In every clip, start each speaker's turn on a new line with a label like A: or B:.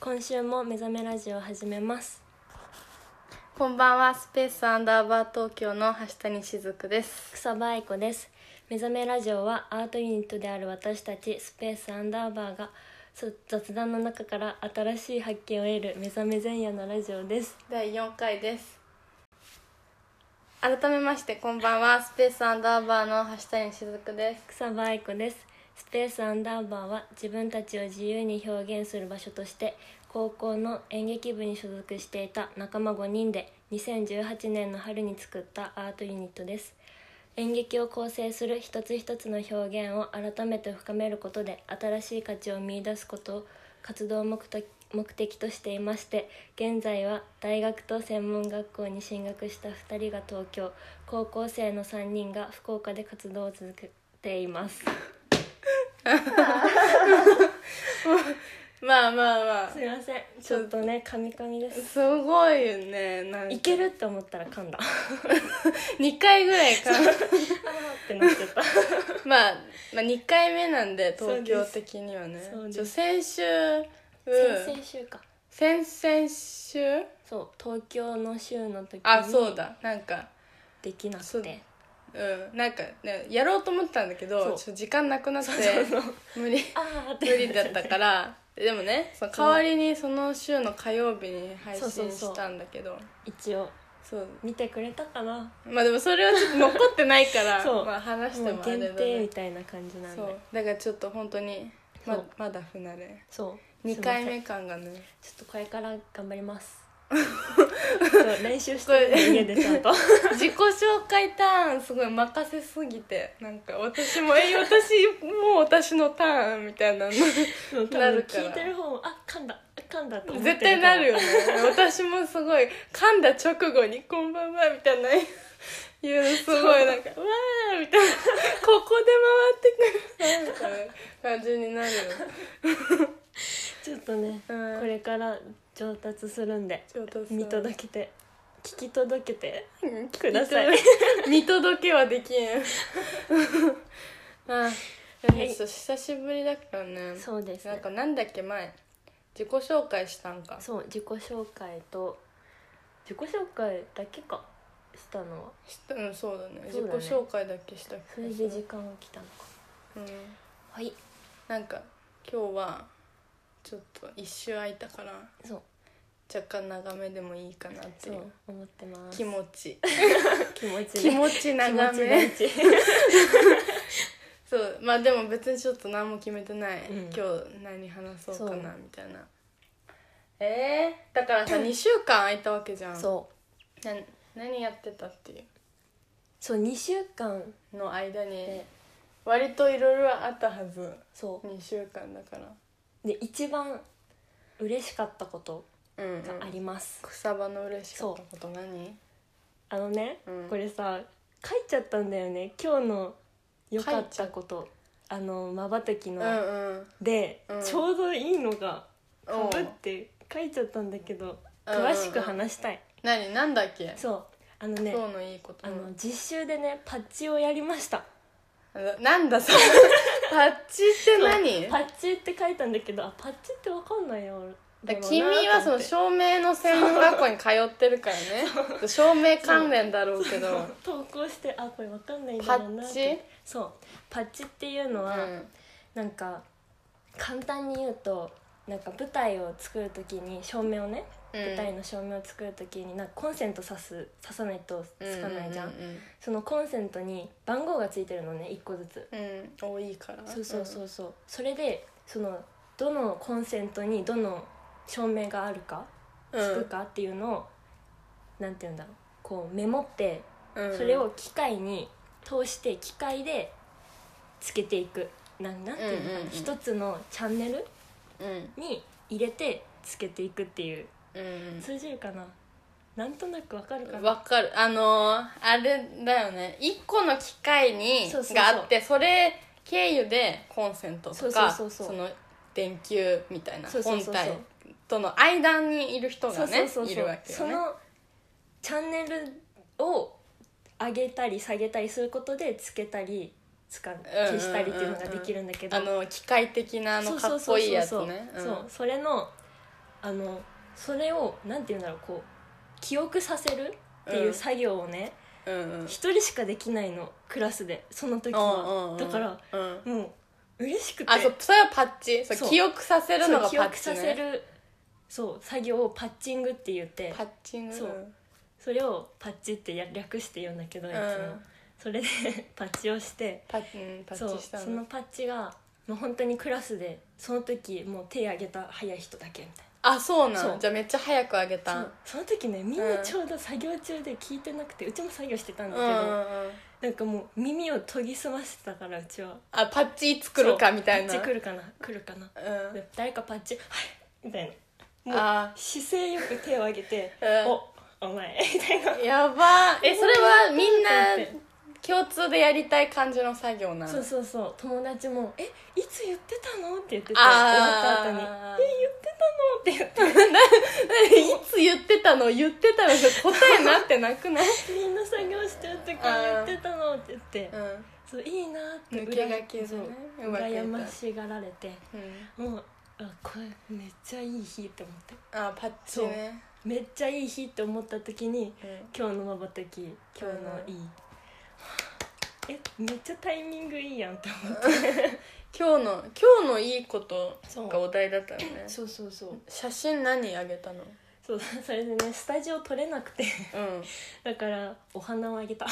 A: 今週も目覚めラジオを始めます
B: こんばんはスペースアンダーバー東京の橋谷雫です
A: 草場愛子です目覚めラジオはアートユニットである私たちスペースアンダーバーがそ雑談の中から新しい発見を得る目覚め前夜のラジオです
B: 第4回です改めましてこんばんはスペースアンダーバーの橋谷雫です
A: 草場愛子ですスペースアンダーバーは自分たちを自由に表現する場所として高校の演劇部に所属していた仲間5人で2018年の春に作ったアートユニットです演劇を構成する一つ一つの表現を改めて深めることで新しい価値を見出すことを活動目的目的としていまして現在は大学と専門学校に進学した2人が東京高校生の3人が福岡で活動を続けています
B: まあまあます
A: いませんちょっとねカミカミで
B: あ
A: す
B: すごいよねなんか
A: いけるって思ったら噛んだ
B: 2回ぐらいかな
A: ってなっちゃ った
B: まあ、まあ2回目なんで
A: そう
B: 東
A: です
B: 京的にはね
A: そうです
B: ちょ先週
A: 先々週か
B: 先々週
A: そう東京の週の時に
B: あそうだなんか
A: できな
B: そ
A: く
B: う
A: て
B: うんなんかねやろうと思ったんだけ
A: そ
B: ど
A: う
B: ちょっと時間なくなって無理
A: ああっ
B: 無理だったからでもねその代わりにその週の火曜日に配
A: そうそう
B: 信
A: そう
B: したんだけど
A: 一応
B: そう
A: 見てくれたかな
B: まあでもそれはちょっと残ってないか ら
A: そう
B: まあ、話し
A: も
B: て
A: う
B: もあれ
A: 限
B: だ
A: 定み
B: ね
A: たいな感じなんで
B: そ
A: そうう
B: だからちょっと本当にま
A: そう
B: まだ不慣れ
A: すい
B: 2
A: ま
B: 回
A: せん
B: 目感がね
A: ちょっとこれから頑張ります ちょっと練習してるんで家でちゃんと
B: 自己紹介ターンすごい任せすぎてなんか私も「え私もう私のターン」みたいなの
A: そう多
B: な
A: 分
B: るから
A: 聞いてる方もあ噛んだあ噛んだって思って
B: 絶対なるよ
A: よ
B: ね私もすごい噛んだ直後に「こんばんは」みたいな言うのすごいなんか「わー」みたいな「ここで回ってくる」みたいな感じになるよ
A: ちょっとね、
B: うん
A: これから上達するんで
B: ちょっとさ
A: 見届けて聞き届けて
B: うん
A: ください
B: 見届けはできんあでも
A: はい
B: ちょっと久しぶりだからね
A: そうです
B: なん
A: ね
B: かなんだっけ前自己紹介したんか
A: そう自己紹介と自己紹介だけかしたのは
B: したうんそうだね
A: そうだね
B: 自己紹介だけした気が
A: それ
B: する
A: で時間が来たのか
B: うん
A: はい
B: なんか今日はちょっと一周空いたから
A: そう
B: 若干長めでもいいかなって
A: そ
B: いうう
A: 思ってます
B: 気持ち
A: 気持ち
B: 気
A: ね
B: 持ち
A: 気持
B: 長
A: ち第
B: め
A: 一
B: そうまあでも別にちょっと何も決めてない、
A: うん
B: 今日何話そうか
A: そ
B: なみたいなえー、だからさ2 週間空いたわけじゃん
A: そう
B: な何やってたってい
A: そう2週間
B: うの間に
A: で
B: 割といろいろあったはず
A: そ
B: 2週間だから
A: うで一番嬉しかったこと
B: うん、うん、
A: があります、
B: 草場の嬉しかったこと何
A: あのね、
B: うん
A: これさ書いちゃったんだよね今日の良かったことあのまばたき
B: う
A: の、
B: んうん
A: で、
B: うん
A: ちょうどいいのがか
B: おう
A: ぶって書いちゃったんだけど
B: うんうんうん
A: 詳しく話したい、
B: 何なんだっけ
A: そうあのね
B: 今日のいいこと
A: あの実習でねパッチをやりました
B: あのなんだそ れパッチって何
A: パッチって書いたんだけどあパッチってわかんないよ
B: だから君はその照明の専門学校に通ってるからね照明関連だろうけど
A: 投稿してあこれわかんないん
B: パ
A: だろうな
B: ッ
A: って
B: チ
A: そうパッチっていうの
B: う
A: は、
B: ん
A: なんか簡単に言うとなんか舞台を作る時に照明をね、
B: うん
A: 舞台の照明を作る時になんかコンセント刺す刺さないとつかないじゃん,、
B: うんうん
A: そのコンセントに番号がついてるのね1個ずつ
B: うんうん多いから
A: そうそうそうそうそれでそのどのコンセントにどの照明があるか
B: うん
A: つくかっていうのを、なんて言うんだろうこうメモって
B: うん
A: それを機械に通して機械でつけていくなんなんていうのかな、
B: うんうんうん
A: 一つのチャンネル
B: うん
A: に入れてつけていくっていう
B: うん
A: 通じるかななんとなくわかるかな
B: わかるあのーあれだよね一個の機械に
A: そうそうそう
B: があってそれ経由でコンセント
A: そう
B: と
A: そう
B: か
A: そうそう
B: その電球みたいな
A: そうそう
B: 本
A: そうそう
B: 体との間にいる人がね
A: そうそうそうそう
B: いるわけ
A: そ
B: よね
A: のチャンネルを上げたり下げたりすることでつけたりつか消したりっていうのができるんだけど、
B: あの機械的なあのかっこいいやつ
A: そうそう
B: ね
A: そうそうそうそれのあのそれをなんて言うんだろうこう記憶させるっていう作業をね
B: うんうん
A: 一、人しかできないのクラスでその時
B: うんうん
A: は
B: うん
A: だから
B: うん
A: もう嬉しくて
B: あそうそれはパッチそう
A: そう
B: 記憶させるの
A: そ
B: が
A: う記
B: パッ
A: 憶
B: チ
A: させ
B: ね
A: るそう作業をパッチングって言って
B: パッチング
A: そう
B: うん
A: それをパッチってや略して言うんだけどいつも、
B: うん
A: それで パッチをして
B: パッうんパ
A: そ
B: ッ
A: う
B: チした
A: そのパッチがもう本当にクラスでその時もう手挙げた早い人だけみたい
B: あそうな
A: そうん
B: じゃあめっちゃ早くあげた
A: なんそうその時ねみんな
B: うん
A: ちょうど作業中で聞いてなくて、うちも作業してたん
B: うん
A: だ
B: う
A: けど、
B: んうん
A: なんかもう耳を研ぎ澄ませてたからうちは
B: あパッチいつ来るかみたいな
A: そうパッチ来るかな来るかな
B: うん
A: で誰かパッチはいみたいなもう
B: あ
A: 姿勢よく手を挙げて「
B: うん
A: おお前」 みたいな
B: ーやばえそれはみん
A: う
B: なん共通でやりたい感じの作業なの
A: そうそうそう友達も「えいつ言ってたの?」って言ってて終わった
B: あ
A: 後に「
B: あ
A: 言ってたの?」って言って
B: いつ言ってたの言ってたの答えなってなくない
A: みんな作業してる時に言ってたのって言って
B: うん
A: そういいなって
B: 抜け駆け
A: そう
B: でねうまくや
A: 羨
B: った
A: ましがられて
B: うん
A: もうあこれめっちゃいい日って思って
B: あパッチね
A: めっちゃいい日って思った時に
B: うん
A: 今日のまばたき今日のいい、えめっちゃタイミングいいやんって思って
B: 今日の今日のいいこと
A: そう
B: がお題だったのね
A: そうそうそう
B: 写真何あげたの
A: そうそれでねスタジオ撮れなくて
B: うん
A: だからお花をあげた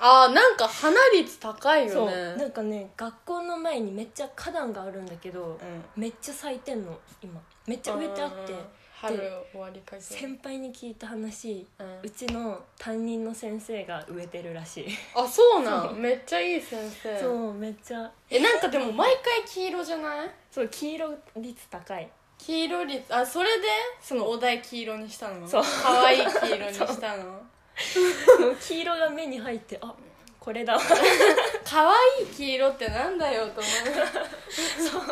B: あーなんか花率高い
A: そ
B: よ
A: う
B: ね
A: なんかね学校の前にめっちゃ花壇があるんだけど、
B: うん
A: めっちゃ咲いてんの今めっちゃ植えてあって
B: うん春終わりかけ
A: 先輩に聞いた話
B: うん
A: うちの担任の先生が植えてるらしい、
B: あそうな
A: そうん
B: めっちゃいい先生
A: そうめっちゃ
B: えなんかでも毎回黄色じゃない
A: そう黄色率高い
B: 黄色率あそれでそのお題黄色にしたの
A: そう
B: 可愛い黄色にしたの
A: もう黄色が目に入ってあこれだ わ
B: 可愛い黄色ってなんだよ と思う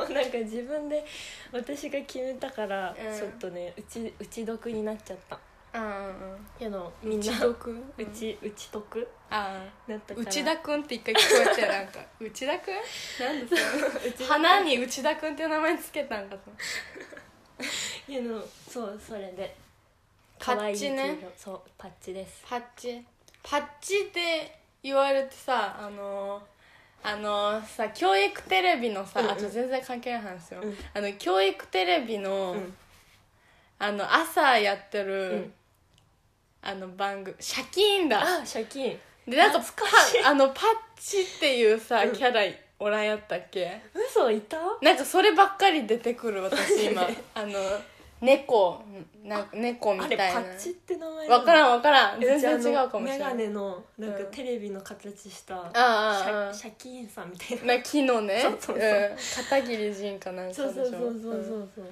A: そうなんか自分で私が決めたから、
B: うん
A: ちょっとねうちうち毒になっちゃった
B: うんうんうん
A: けどみん
B: う
A: な
B: ちどくん
A: うちうち得
B: あ
A: だった
B: あ
A: から
B: 内田くんって一回聞こえてな んか内田くんなんですか花に内田くんって名前つけたんかと思う
A: けどそうそれで
B: パッチ
A: 可愛い
B: ね
A: 黄色そうパッチです
B: パッチパッチって言われてさあのーあのーさ教育テレビのさ、
A: うんうん
B: あと全然関係ない話よ、
A: うん
B: あの教育テレビの、あの朝やってる、
A: うん
B: あの番組「シャキーンだ
A: あ借金」
B: でなんかパ
A: 懐かしい
B: あのパッチっていうさ、
A: うん
B: キャラおらんやったっけ
A: 嘘いた
B: なんかそればっかり出てくる私 今あの猫なんか猫み
A: あ
B: た
A: れ
B: いな
A: パッチって名前
B: わか
A: ん
B: らんわからん全然違うかもしれない
A: メガネのなんか
B: うん
A: テレビの形した
B: ああああああ
A: 借金さんみたいな
B: な木のね
A: そうそうそう
B: うん片桐仁かなんかでし
A: そ
B: ょ
A: うそうそうそうそう
B: うん
A: そう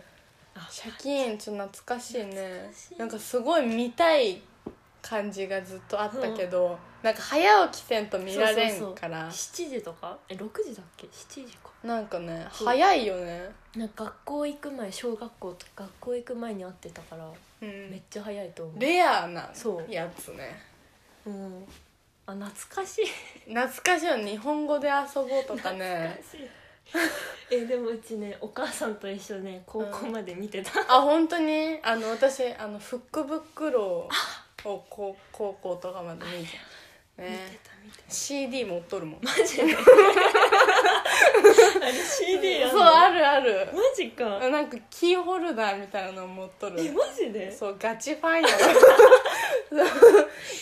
A: あ
B: シャキーンちょっと懐かしいね
A: 懐かしい
B: なんかすごい見たい感じがずっとあったけど、なんか早起きせんと見られ
A: そうそう
B: ん
A: そう
B: から
A: 7時とかえ6時だっけ7時か
B: なんかね
A: そう
B: 早いよね、
A: なんか学校行く前小学校と学校行く前に会ってたから
B: う
A: めっ
B: ん、
A: ちゃ早いと思
B: レアな
A: そう
B: やつね
A: ううんあ懐かしい
B: 懐かしいよ日本語で遊ぼうとか
A: 懐
B: ね
A: かしい えでもうちねお母さんと一緒ね高校まで見てた、
B: あ本当にあの私あのフックブックローを高高校とかまで見てた
A: 見て
B: ね
A: た見て
B: CD 持っとるもん
A: たマジであれ CD やん
B: そう
A: の
B: あるある
A: マジか
B: なんかキーホルダーみたいなの持っとる
A: えマジで
B: そうガチファン やわ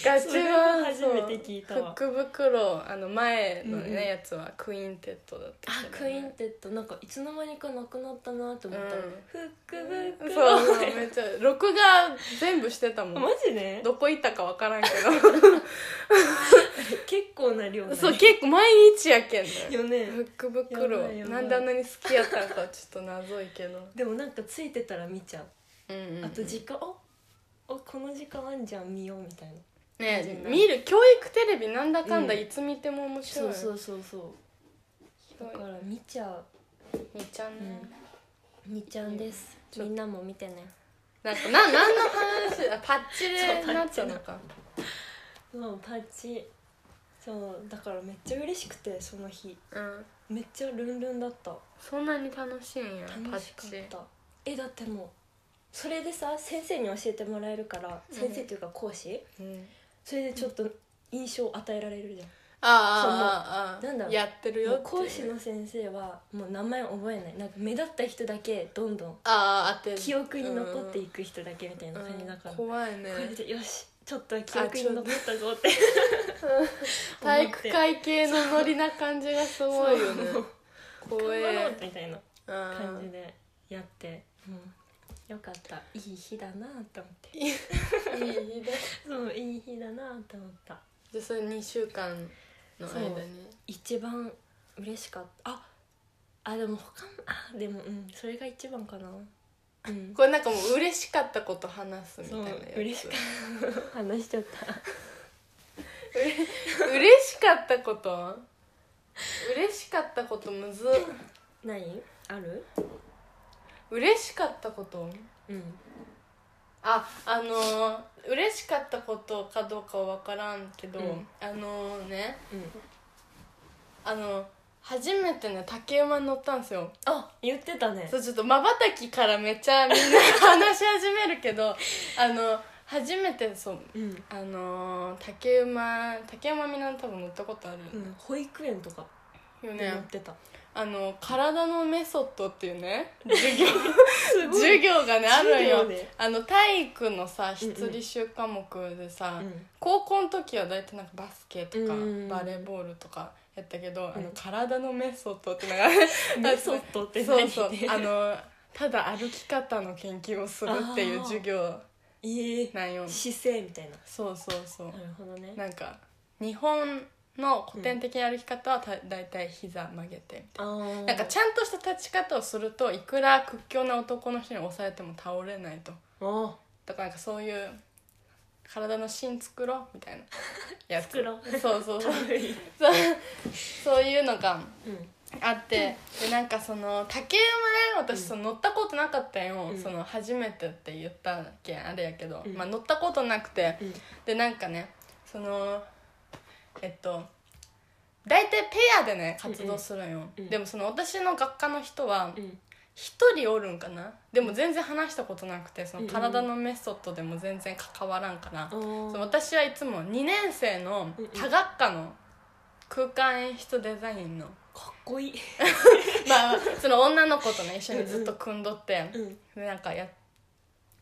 B: ガチフ
A: それ
B: ァン
A: は初めて聞いたわ
B: そう福袋あの前のね、
A: うんうん
B: やつはクインテッドだった
A: あ
B: けど
A: ク
B: ね
A: インテッドなんかいつの間にかなくなったなと思ったら、
B: うん
A: フックブック
B: そうそうめっちゃ録画全部してたも
A: マ
B: ん
A: ジで
B: どこ行ったかわからんけ
A: 結構な量
B: ど
A: ね
B: そう結構毎日やけんね
A: よね
B: フック袋
A: やばいやばい
B: なんであんなに好きやったのかちょっと謎いけど、
A: でもなんかついてたら見ちゃう、
B: うんうん
A: あと時間ああこの時間あんじゃん見ようみたいな
B: ね見る教育テレビなんだかんだ
A: うん
B: いつ見ても面白い、
A: そうそうそうそうだ
B: そう
A: から見ちゃう
B: 見ちゃうね、
A: うんみちゃんです
B: ちょ
A: みんなも見てね
B: なんかな何の話あ パッチでなっちゃうのか
A: そうパッチそうだからめっちゃ嬉しくてその日
B: うん
A: めっちゃルンルンだった
B: そんなに楽しいんやパ
A: 楽しか
B: ッ
A: っ
B: チ
A: たえだってもうそれでさ先生に教えてもらえるから、
B: うん
A: 先生っていうか講師
B: うん、
A: それでちょっと印象を与えられるじゃん
B: あーあーあー
A: なんだろう
B: やってるよ
A: も
B: っ
A: う
B: て
A: 講師の先生はもう名前覚えないなんか目立った人だけどんどん
B: ああ当てる
A: 記憶に残っていく人だけみたいな感じだから、
B: うん
A: こ
B: 怖いね
A: れでよしちょっとは記憶に残ったぞって
B: 体育会系のノリな感じがすごいよね
A: そう
B: 怖
A: 頑張ろう
B: え
A: みたいな感
B: 感
A: じでやって、うん、よかったいい日だなと思って
B: じいいね
A: そういい日だなと思った
B: じゃあそれ2週間の間に
A: 一番嬉しかったああでも他もあでもうんそれが一番かなうん
B: これなんかもう嬉しかったこと話すみた
A: そ
B: いうなやつ
A: 嬉しかった 話しちゃった
B: 嬉しかったこと嬉しかったことむずっ
A: ないある
B: 嬉しかったこと
A: うん
B: ああのー、嬉しかったことかどうかは分からんけど、
A: うん
B: あのー、ね
A: うん
B: あの初めてね竹馬に乗ったんですよ
A: あ言ってたね
B: そうちょっとまばたきからめっちゃみんな話し始めるけ どあの初めてそう
A: うん、
B: あのー、竹馬竹馬みんな多分乗ったことある
A: うん、保育園とか
B: よ
A: で
B: ね、
A: やってた、
B: あの体のメソッドっていう ね授業
A: す
B: 授業がねあるんよ、
A: 授業で
B: あの体育のさ必履習科目でさ、
A: うん
B: 高校の時は大体なんかバスケとか、
A: うん
B: バレーボールとかやったけど、あ
A: う
B: の
A: ん
B: 体のメソッドってのがあ
A: メソッドって
B: そう
A: 何
B: そうあのただ歩き方の研究をするっていう授業
A: ええ
B: なんよ
A: 姿勢みたいな
B: そうそうそう、
A: なるほどね
B: なんか日本の古典的な歩き方はた大体膝曲げて
A: あー
B: なんかちゃんとした立ち方をするといくら屈強な男の人に押されても倒れないと
A: あ
B: だからなんかそういう体の芯作ろうみたいなやつ
A: 作ろう
B: そうそうそう
A: ー軽い
B: そうそういうのが
A: うん
B: あってでなんかその竹馬ね私その乗ったことなかったんよ、
A: うん
B: その初めてって言ったけんあれやけど、
A: うん
B: まあ乗ったことなくて
A: うん
B: でなんかねそのえっと大体ペアでね活動するんよ、
A: うんうん
B: でもその私の学科の人は
A: うん
B: 一人おるんかなでも全然話したことなくてその体のメソッドでも全然関わらんから、
A: あー
B: そう私はいつも2年生の
A: うんうん
B: 多学科の空間演出デザインの、
A: かっこいい
B: まあその女の子とね一緒にずっと組んどって、
A: うん
B: でなんかや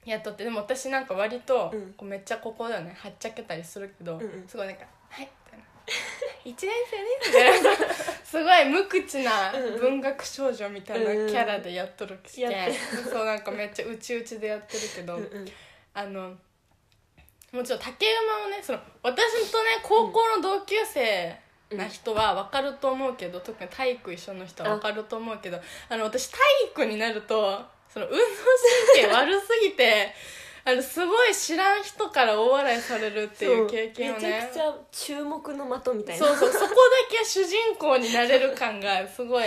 B: やっとってでも私なんか割と、
A: うん
B: こうめっちゃここだよねはっちゃけたりするけど、
A: うんうん
B: すごいなんか「はい」みたいな「1年生です」みたいなすごい無口な
A: うんうん
B: 文学少女みたいな
A: うんうん
B: キャラでやっとるけ、
A: やってる
B: そうなんかめっちゃうちうちでやってるけど、
A: うんうん
B: あのもちろん竹馬をねその私とね高校の同級生な人は分かると思うけど、特に体育一緒の人は分かると思うけどあの私体育になるとその運動神経悪すぎてあのすごい知らん人から大笑いされるっていう経験を
A: そうめちゃ
B: ね
A: くちゃ注目の的みたいな
B: そうそうそこだけは主人公になれる感が すごい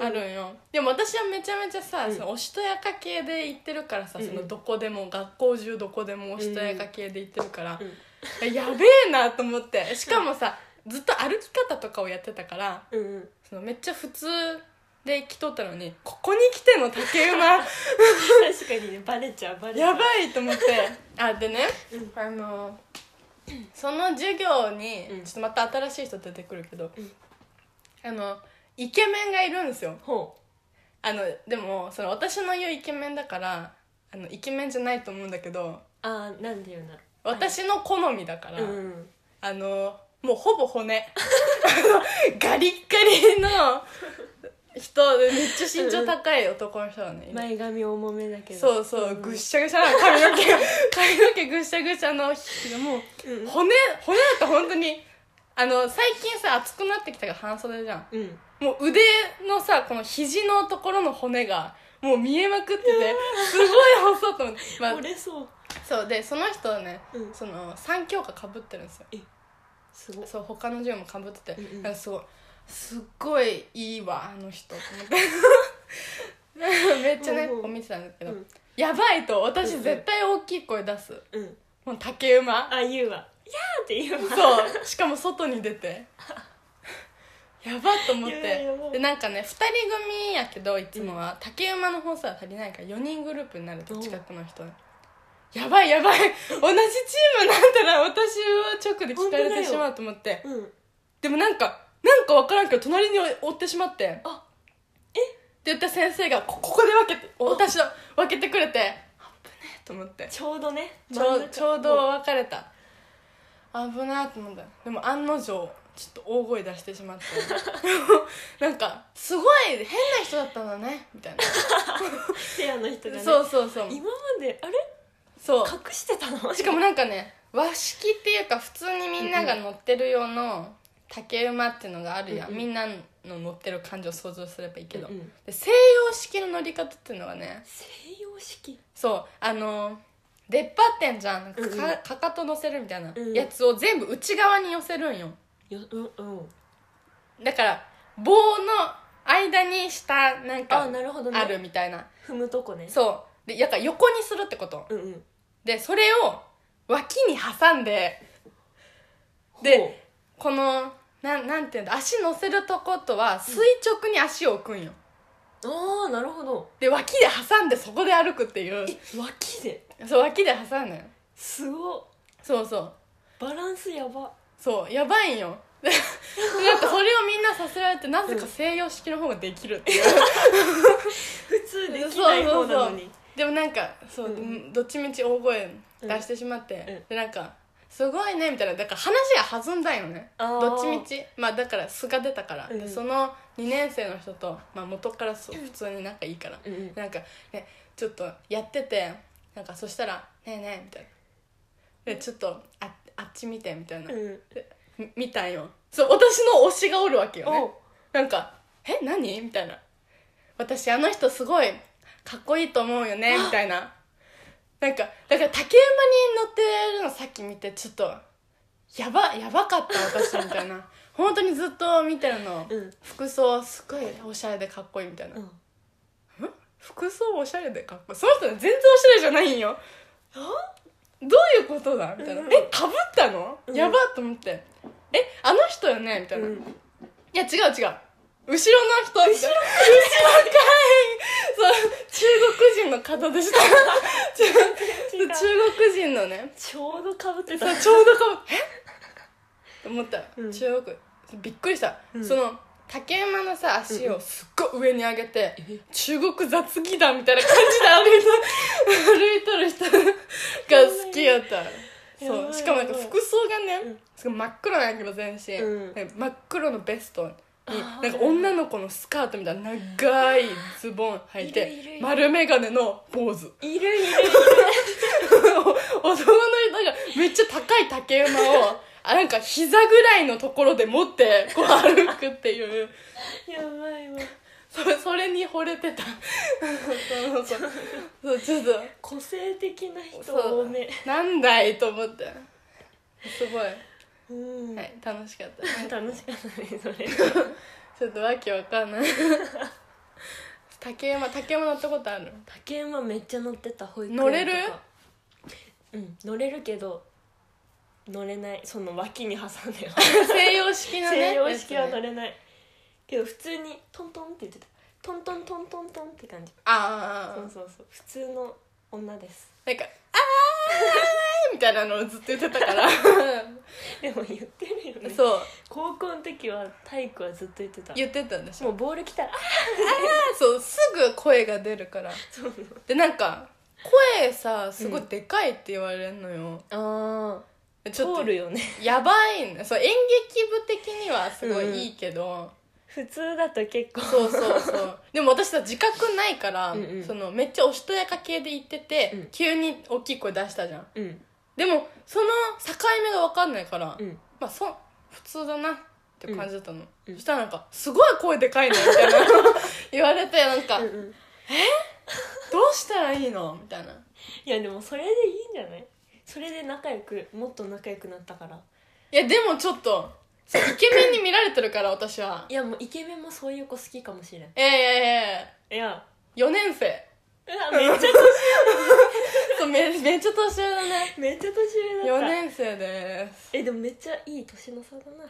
B: あるんよ、でも私はめちゃめちゃさ、
A: うん
B: そのおしとやか系で行ってるからさ、
A: うんうん
B: そのどこでも学校中どこでもおしとやか系で行ってるから、
A: うん
B: やべえなと思ってしかもさずっと歩き方とかをやってたから
A: うんうん
B: そのめっちゃ普通で来とったのにここに来ての竹馬
A: 確かにねバレちゃうバレちゃ
B: や
A: う
B: ばいと思って あでね、あのその授業に、
A: うん
B: ちょっとまた新しい人出てくるけど、
A: うん
B: あのイケメンがいるんですよ
A: ほ
B: あのでもその私の言うイケメンだからあのイケメンじゃないと思うんだけど
A: うあーなんで言うんだろう
B: 私の好みだから、
A: うん
B: あのもうほぼ骨 あのガリッガリの人でめっちゃ身長高い男の人だね、
A: 前髪重めだけど
B: そうそう、ぐっしゃぐしゃな髪の毛 髪の毛ぐっしゃぐしゃの人もう
A: うん
B: 骨骨だと本当にあの最近さ熱くなってきたから半袖じゃん
A: うん
B: もう腕のさこの肘のところの骨がもう見えまくっててすごい細いと思って、まあ
A: 折、れそう
B: そうでその人はね、
A: うん
B: その3教科かぶってるんですよ
A: すごい
B: そう他の授業もかぶってて、
A: うんうん
B: なんかすごいすっごいいいわあの人と思って めっちゃね
A: うんうん
B: こう見てたんですけど、
A: うん
B: やばいと私
A: うんうん
B: 絶対大きい声出す、
A: うん
B: もう竹馬
A: あ言うわ「やー」って言うわ
B: そうしかも外に出てやばっと思っ
A: いややば
B: てでなんかね2人組やけどいつもは竹馬の本数は足りないから4人グループになると近くの人やばいやばい同じチームになったら私は直で聞かれ
A: 本当だ
B: て
A: よ
B: しまうと思って
A: うん
B: でもなんかなんか分からんけど隣に追ってしまって
A: あ
B: えって言った先生がこここで分けて私の分けてくれて危ねえと思って
A: ちょうどね
B: ちょ
A: 真ん
B: う
A: 中
B: ちょうど別れた危なーって思ったでも案の定ちょっと大声出して しまってなんかすごい変な人だったんだねみたいな
A: ペアの人がね
B: そうそうそう
A: 今まであれ
B: そう
A: 隠してたの
B: しかもなんかね和式っていうか普通にみんなが乗ってる用の竹馬っていうのがあるやん、
A: うんうん
B: みんなの乗ってる感じを想像すればいいけど、
A: うんうん
B: で西洋式の乗り方っていうのがね
A: 西洋式
B: そうあの出っ張ってんじゃんなんかか,、
A: うんうん
B: かかと乗せるみたいな
A: うん
B: やつを全部内側に寄せるんよ
A: ようんうん
B: だから棒の間に下なん
A: あ
B: か
A: なるほどね
B: あるみたいな
A: 踏むとこね
B: そうでやっぱ横にするってこと
A: うんうん
B: でそれを脇に挟んで
A: ほう
B: でこのなんなんていうんだ足乗せるとことは垂直に足を置くんよ、
A: ああなるほど
B: で脇で挟んでそこで歩くっていう
A: え脇で
B: そう脇で挟むのよ
A: すごっ
B: そうそう
A: バランスやば
B: そうやばいんよ でなんかそれをみんなさせられてなぜか西洋式の方ができるっていう
A: 普通できない方なのに
B: でもなんかそう、
A: うんうん
B: どっちみち大声出してしまって、
A: うん
B: でなんか「すごいね」みたいなだから話が弾んだんよね
A: あー
B: どっちみちまあだから素が出たから、
A: うん
B: でその2年生の人と、まあ、元からそう普通に仲いいから、
A: うんうん
B: なんか、ね、ちょっとやっててなんかそしたら「ねえねえ」みたいなでちょっとああっち見てみたいな、
A: うん
B: み見たんよそう私の推しがおるわけよね
A: おう
B: なんか「え何?」みたいな「私あの人すごいかっこいいと思うよね」みたいななんかだから竹馬に乗ってるのさっき見てちょっとやばやばかった私みた いな本当にずっと見てるの、
A: うん
B: 服装すごいおしゃれでかっこいいみたいな、
A: うん
B: 服装おしゃれでかっこいいその人全然おしゃれじゃないんよどういうことだみたいな「
A: うん
B: えかぶったの
A: うん
B: やば」と思って「えあの人よね」みたいな、
A: うん
B: いや違う違う後ろの人後ろかいそう中国人の方でした中
A: 違う
B: 中国人のね
A: ちょうどかぶってた
B: さちょうどかぶえと思った、
A: うん
B: 中国びっくりした、
A: うん
B: その竹馬のさ足
A: うん
B: を
A: うん
B: すっごい上に上げて、
A: え
B: 中国雑技団みたいな感じで歩いて 歩いとる人が好きやった
A: やばい
B: そうしかもなんか
A: やばい
B: 服装がね、
A: うん
B: すごい真っ黒なんやけど全身、
A: うん
B: なんか真っ黒のベストに
A: あー
B: なんか女の子のスカートみたいな長いズボン履いて
A: いるいるいる
B: 丸眼鏡のポーズ
A: いるいる
B: 男の人がめっちゃ高い竹馬をあなんか膝ぐらいのところで持ってこう歩くっていう
A: やばいわ
B: そそれに惚れて たそうそうそうちょっと
A: 個性的な人多め
B: なんだいと思ってすごい、
A: うん
B: はい、楽しかった
A: 楽しかったねそれ
B: ちょっとわけわかんない竹馬竹馬乗ったことある
A: 竹馬めっちゃ乗ってた保育園
B: 乗れる
A: とかうん乗れるけど乗れないその脇に挟んでよ
B: 西洋式のね
A: 西洋式は乗
B: やつね
A: れないけど普通にトントンって言ってたトントントントントンって感じ
B: ああ
A: そうそうそう普通の女です
B: なんか「あー」みたいなのをずっと言ってたから
A: でも言ってるよね
B: そう
A: 高校の時は体育はずっと言ってた
B: 言ってたんでしょ
A: もうボール来たらあ
B: そうすぐ声が出るから
A: そう
B: でなんか声さすごいでかいって言われるのよ、
A: あ
B: ちょ
A: 通
B: っと
A: るよね
B: やばいねそう演劇部的にはすごいいいけど、
A: 普通だと結構
B: そうそうそうでも私さ自覚ないから、
A: うんうん
B: そのめっちゃおしとやか系で言ってて、
A: うん
B: 急に大きい声出したじゃん
A: うん
B: でもその境目が分かんないから、
A: うん
B: まあそ普通だなっていう感じだったの、
A: うん
B: そしたらなんか「すごい声でかいね」みたいな 言われてなんか「
A: うん
B: ど
A: うん
B: うしたらいいの?」みたいない
A: やでもそれでいいんじゃないそれで仲良くもっと仲良くなったから
B: いやでもちょっとそうイケメンに見られてるから私はい
A: やもうイケメンもそういう子好きかもしれんい
B: えええ
A: や
B: 4年生
A: うわめっ ちゃ
B: そうめめっちゃ年上だね
A: めっちゃ年上だっ
B: 4
A: た
B: 年生です
A: えでもめっちゃいい年の差だな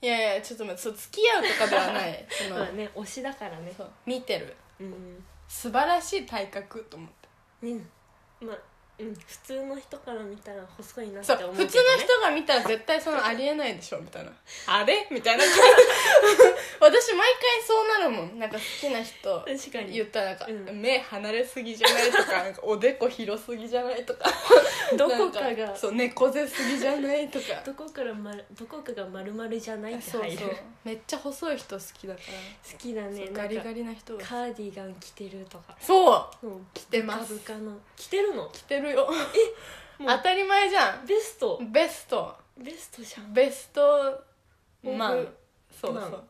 B: いやいやちょっと待ってそう付き合うとかではない そ
A: まあ
B: の
A: ね推しだからね
B: そう見てる
A: うん
B: 素晴らしい体格と思っ
A: うんまあうん普通の人から見たら細いなっ
B: て
A: て
B: そう
A: 思うけど、
B: 普
A: ね、
B: 通の人が見たら絶対そのありえないでしょみたいな
A: あれみた いな
B: 私毎回そうなるもんなんか好きな人
A: 確かに
B: 言ったらなんか、
A: うん
B: 目離れすぎじゃないと かなんかおでこ広すぎじゃないとか
A: どこか
B: なん
A: が
B: そう猫背すぎじゃないとか
A: どこから、まる、どこかが丸々じゃないって
B: そう
A: 入る
B: そうめっちゃ細い人好きだか
A: 好きだ
B: ら、
A: ね
B: そうガリガ
A: リ
B: リな人が
A: カーディガン着てるとか
B: そう
A: もう
B: 着てます
A: ブカブカの着てるの
B: 着てるよ
A: もう
B: 当たり前じゃ
A: ベスト
B: んベスト
A: ベストじゃん
B: ベストマ
A: オ
B: ン
A: ブ
B: そう
A: マン
B: そう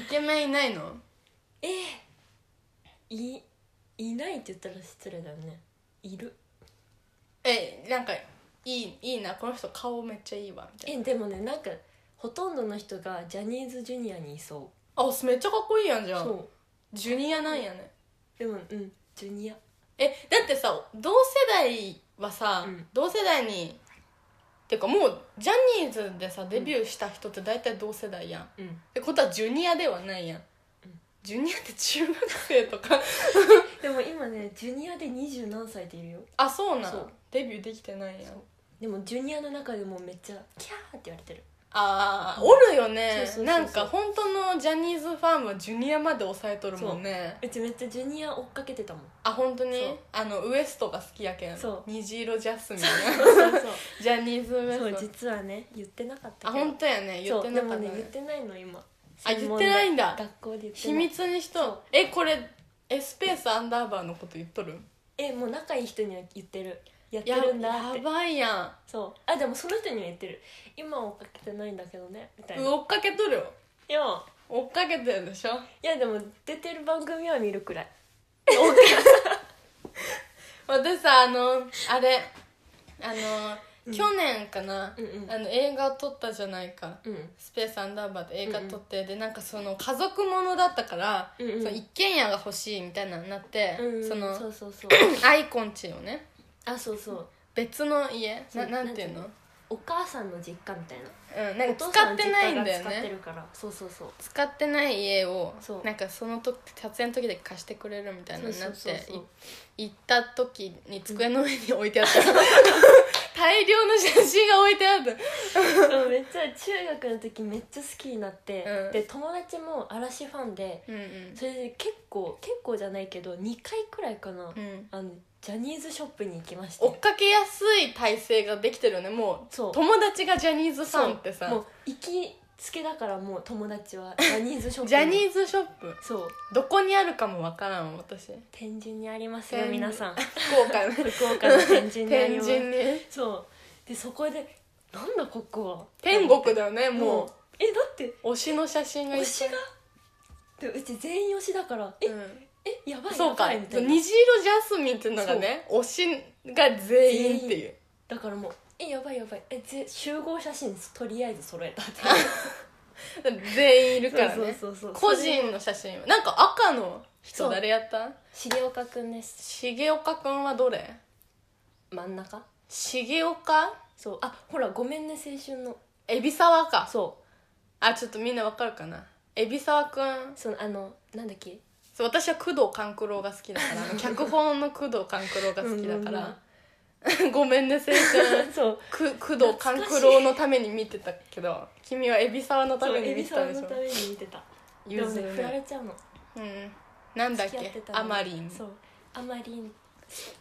B: イケメンいないの
A: えーいいないって言ったら失礼だよねいる
B: えなんかいいいいなこの人顔めっちゃいいわみたいな
A: えでもねなんかほとんどの人がジャニーズジュニアにいそ
B: あめっちゃかっこいいやんじ
A: う
B: ゃん
A: そ
B: ジュニアなんやね
A: うでもうんジュニア
B: えだってさ同世代はさ、
A: うん
B: 同世代にてかもうジャニーズでさデビューした人って大体同世代やん、っ
A: うん
B: てことはジュニアではないやん、
A: ん
B: ジュニアって中学生とか
A: でも今ねジュニアで二十何歳っているよ
B: あそうな
A: そうん
B: デビューできてないやん
A: そうでもジュニアの中でもめっちゃキャーって言われてる
B: ああおるよ
A: そうそ
B: ね
A: うそうそう
B: なんか本当のジャニーズファンはジュニアまで抑えとるもんね
A: うちめっちゃジュニア追っかけてたもん
B: あ本当
A: そう
B: にあのウエストが好きやけん
A: そう
B: 虹色ジャスミン
A: そうそう
B: ジャニーズウエ
A: そう
B: スト
A: 実はね言ってなかった
B: あ
A: けど
B: 本当やね言ってなかった
A: そうでもね言
B: ね
A: ってないの今
B: あ言ってないんだ
A: 学校で言って
B: 秘
A: ない
B: 密にしとえこれえスペースアンダーバーのこと言っとる
A: えもう仲いい人には言ってるやって
B: や
A: るんだっ
B: や
A: て
B: ばいや
A: そうあでもその人には言ってる今は追っかけてないんだけどねみたい
B: んう
A: な
B: 追っかけとるよ
A: いや
B: 追っかけてるでしょ
A: いやでも出てる番組は見るくらい
B: 私さあのあれあの去年かな、
A: うんうん
B: あの映画を撮ったじゃないか、
A: うん
B: スペースアンダーバーで映画撮って、でなんかその家族ものだったから、
A: うんうん
B: その一軒家が欲しいみたいなのになって、
A: うん
B: その
A: そうそう そう
B: アイコンチをね
A: あそうそう
B: 別の家
A: そう
B: ななんていうの
A: なお母さんの実家みたいな
B: うん、なんか
A: お父さ
B: 使っ
A: の実
B: て
A: 家
B: ないんだ
A: が
B: よ
A: 使って
B: ね
A: るからそうそうそう
B: 使ってない家を
A: そう
B: なんかその時撮影の時で貸してくれるみたいなのになって
A: そうそうそうそう
B: い行った時に机の上に置いてあった 大量の写真が置いてあった
A: そうめっちゃ中学の時めっちゃ好きになって、
B: うん
A: で友達も嵐ファンで
B: うんうん
A: それで結構結構じゃないけど2回くらいかな、
B: うん
A: あのジャニーズショップに行きまして
B: 追っかけやすい体制ができてるよねもう
A: そう
B: 友達がジャニーズファンってさ
A: もう行きつけだからもう友達 はジャニーズショップ
B: ジャニーズショップ
A: そう
B: どこにあるかもわからん私
A: 天神にありますよ
B: 天神
A: 皆 さん
B: 福岡の
A: 福岡の天神にあり
B: 天
A: ます
B: 神に
A: そうでそこでなんだここは
B: 天国だよねも
A: えだって
B: う推しの写真がいっ
A: 推
B: ぱい
A: しがでうち全員推しだからえ、
B: うん
A: えやばい
B: そうか
A: やばいみた
B: 虹
A: い
B: 色
A: な
B: ジャスミンっていうのがね推しが全員っていう
A: だからもうえやばいやばいえぜ集合写真とりあえず揃えたって
B: 全員いるからね
A: そうそうそう
B: 個人の写真なんか赤の
A: そ
B: 人
A: う
B: 誰やった
A: 重岡くんです
B: 重岡くんはどれ
A: 真ん中
B: 重岡
A: そうあほら「ごめんね青春の
B: 海老沢」か
A: そ
B: あちょっとみんなわかるかな海老沢くん
A: うそのあのなんだっ け
B: そう私は工藤官九郎が好きだから あの脚本の工藤官九郎が好きだ
A: う
B: か
A: ん
B: ら ごめんね青春
A: そう
B: く工藤官九郎のために見てたけど君は海老沢のた
A: そう
B: めに
A: エ
B: 見
A: ビ
B: て
A: さ
B: た
A: ん
B: でし
A: の
B: ょ
A: ために見てたで
B: ゆ
A: も
B: ず
A: ね
B: る
A: 振られちゃうの
B: うんなんだっ
A: 付き合っ
B: け
A: てたの
B: ア
A: に
B: マリン
A: そうあまりん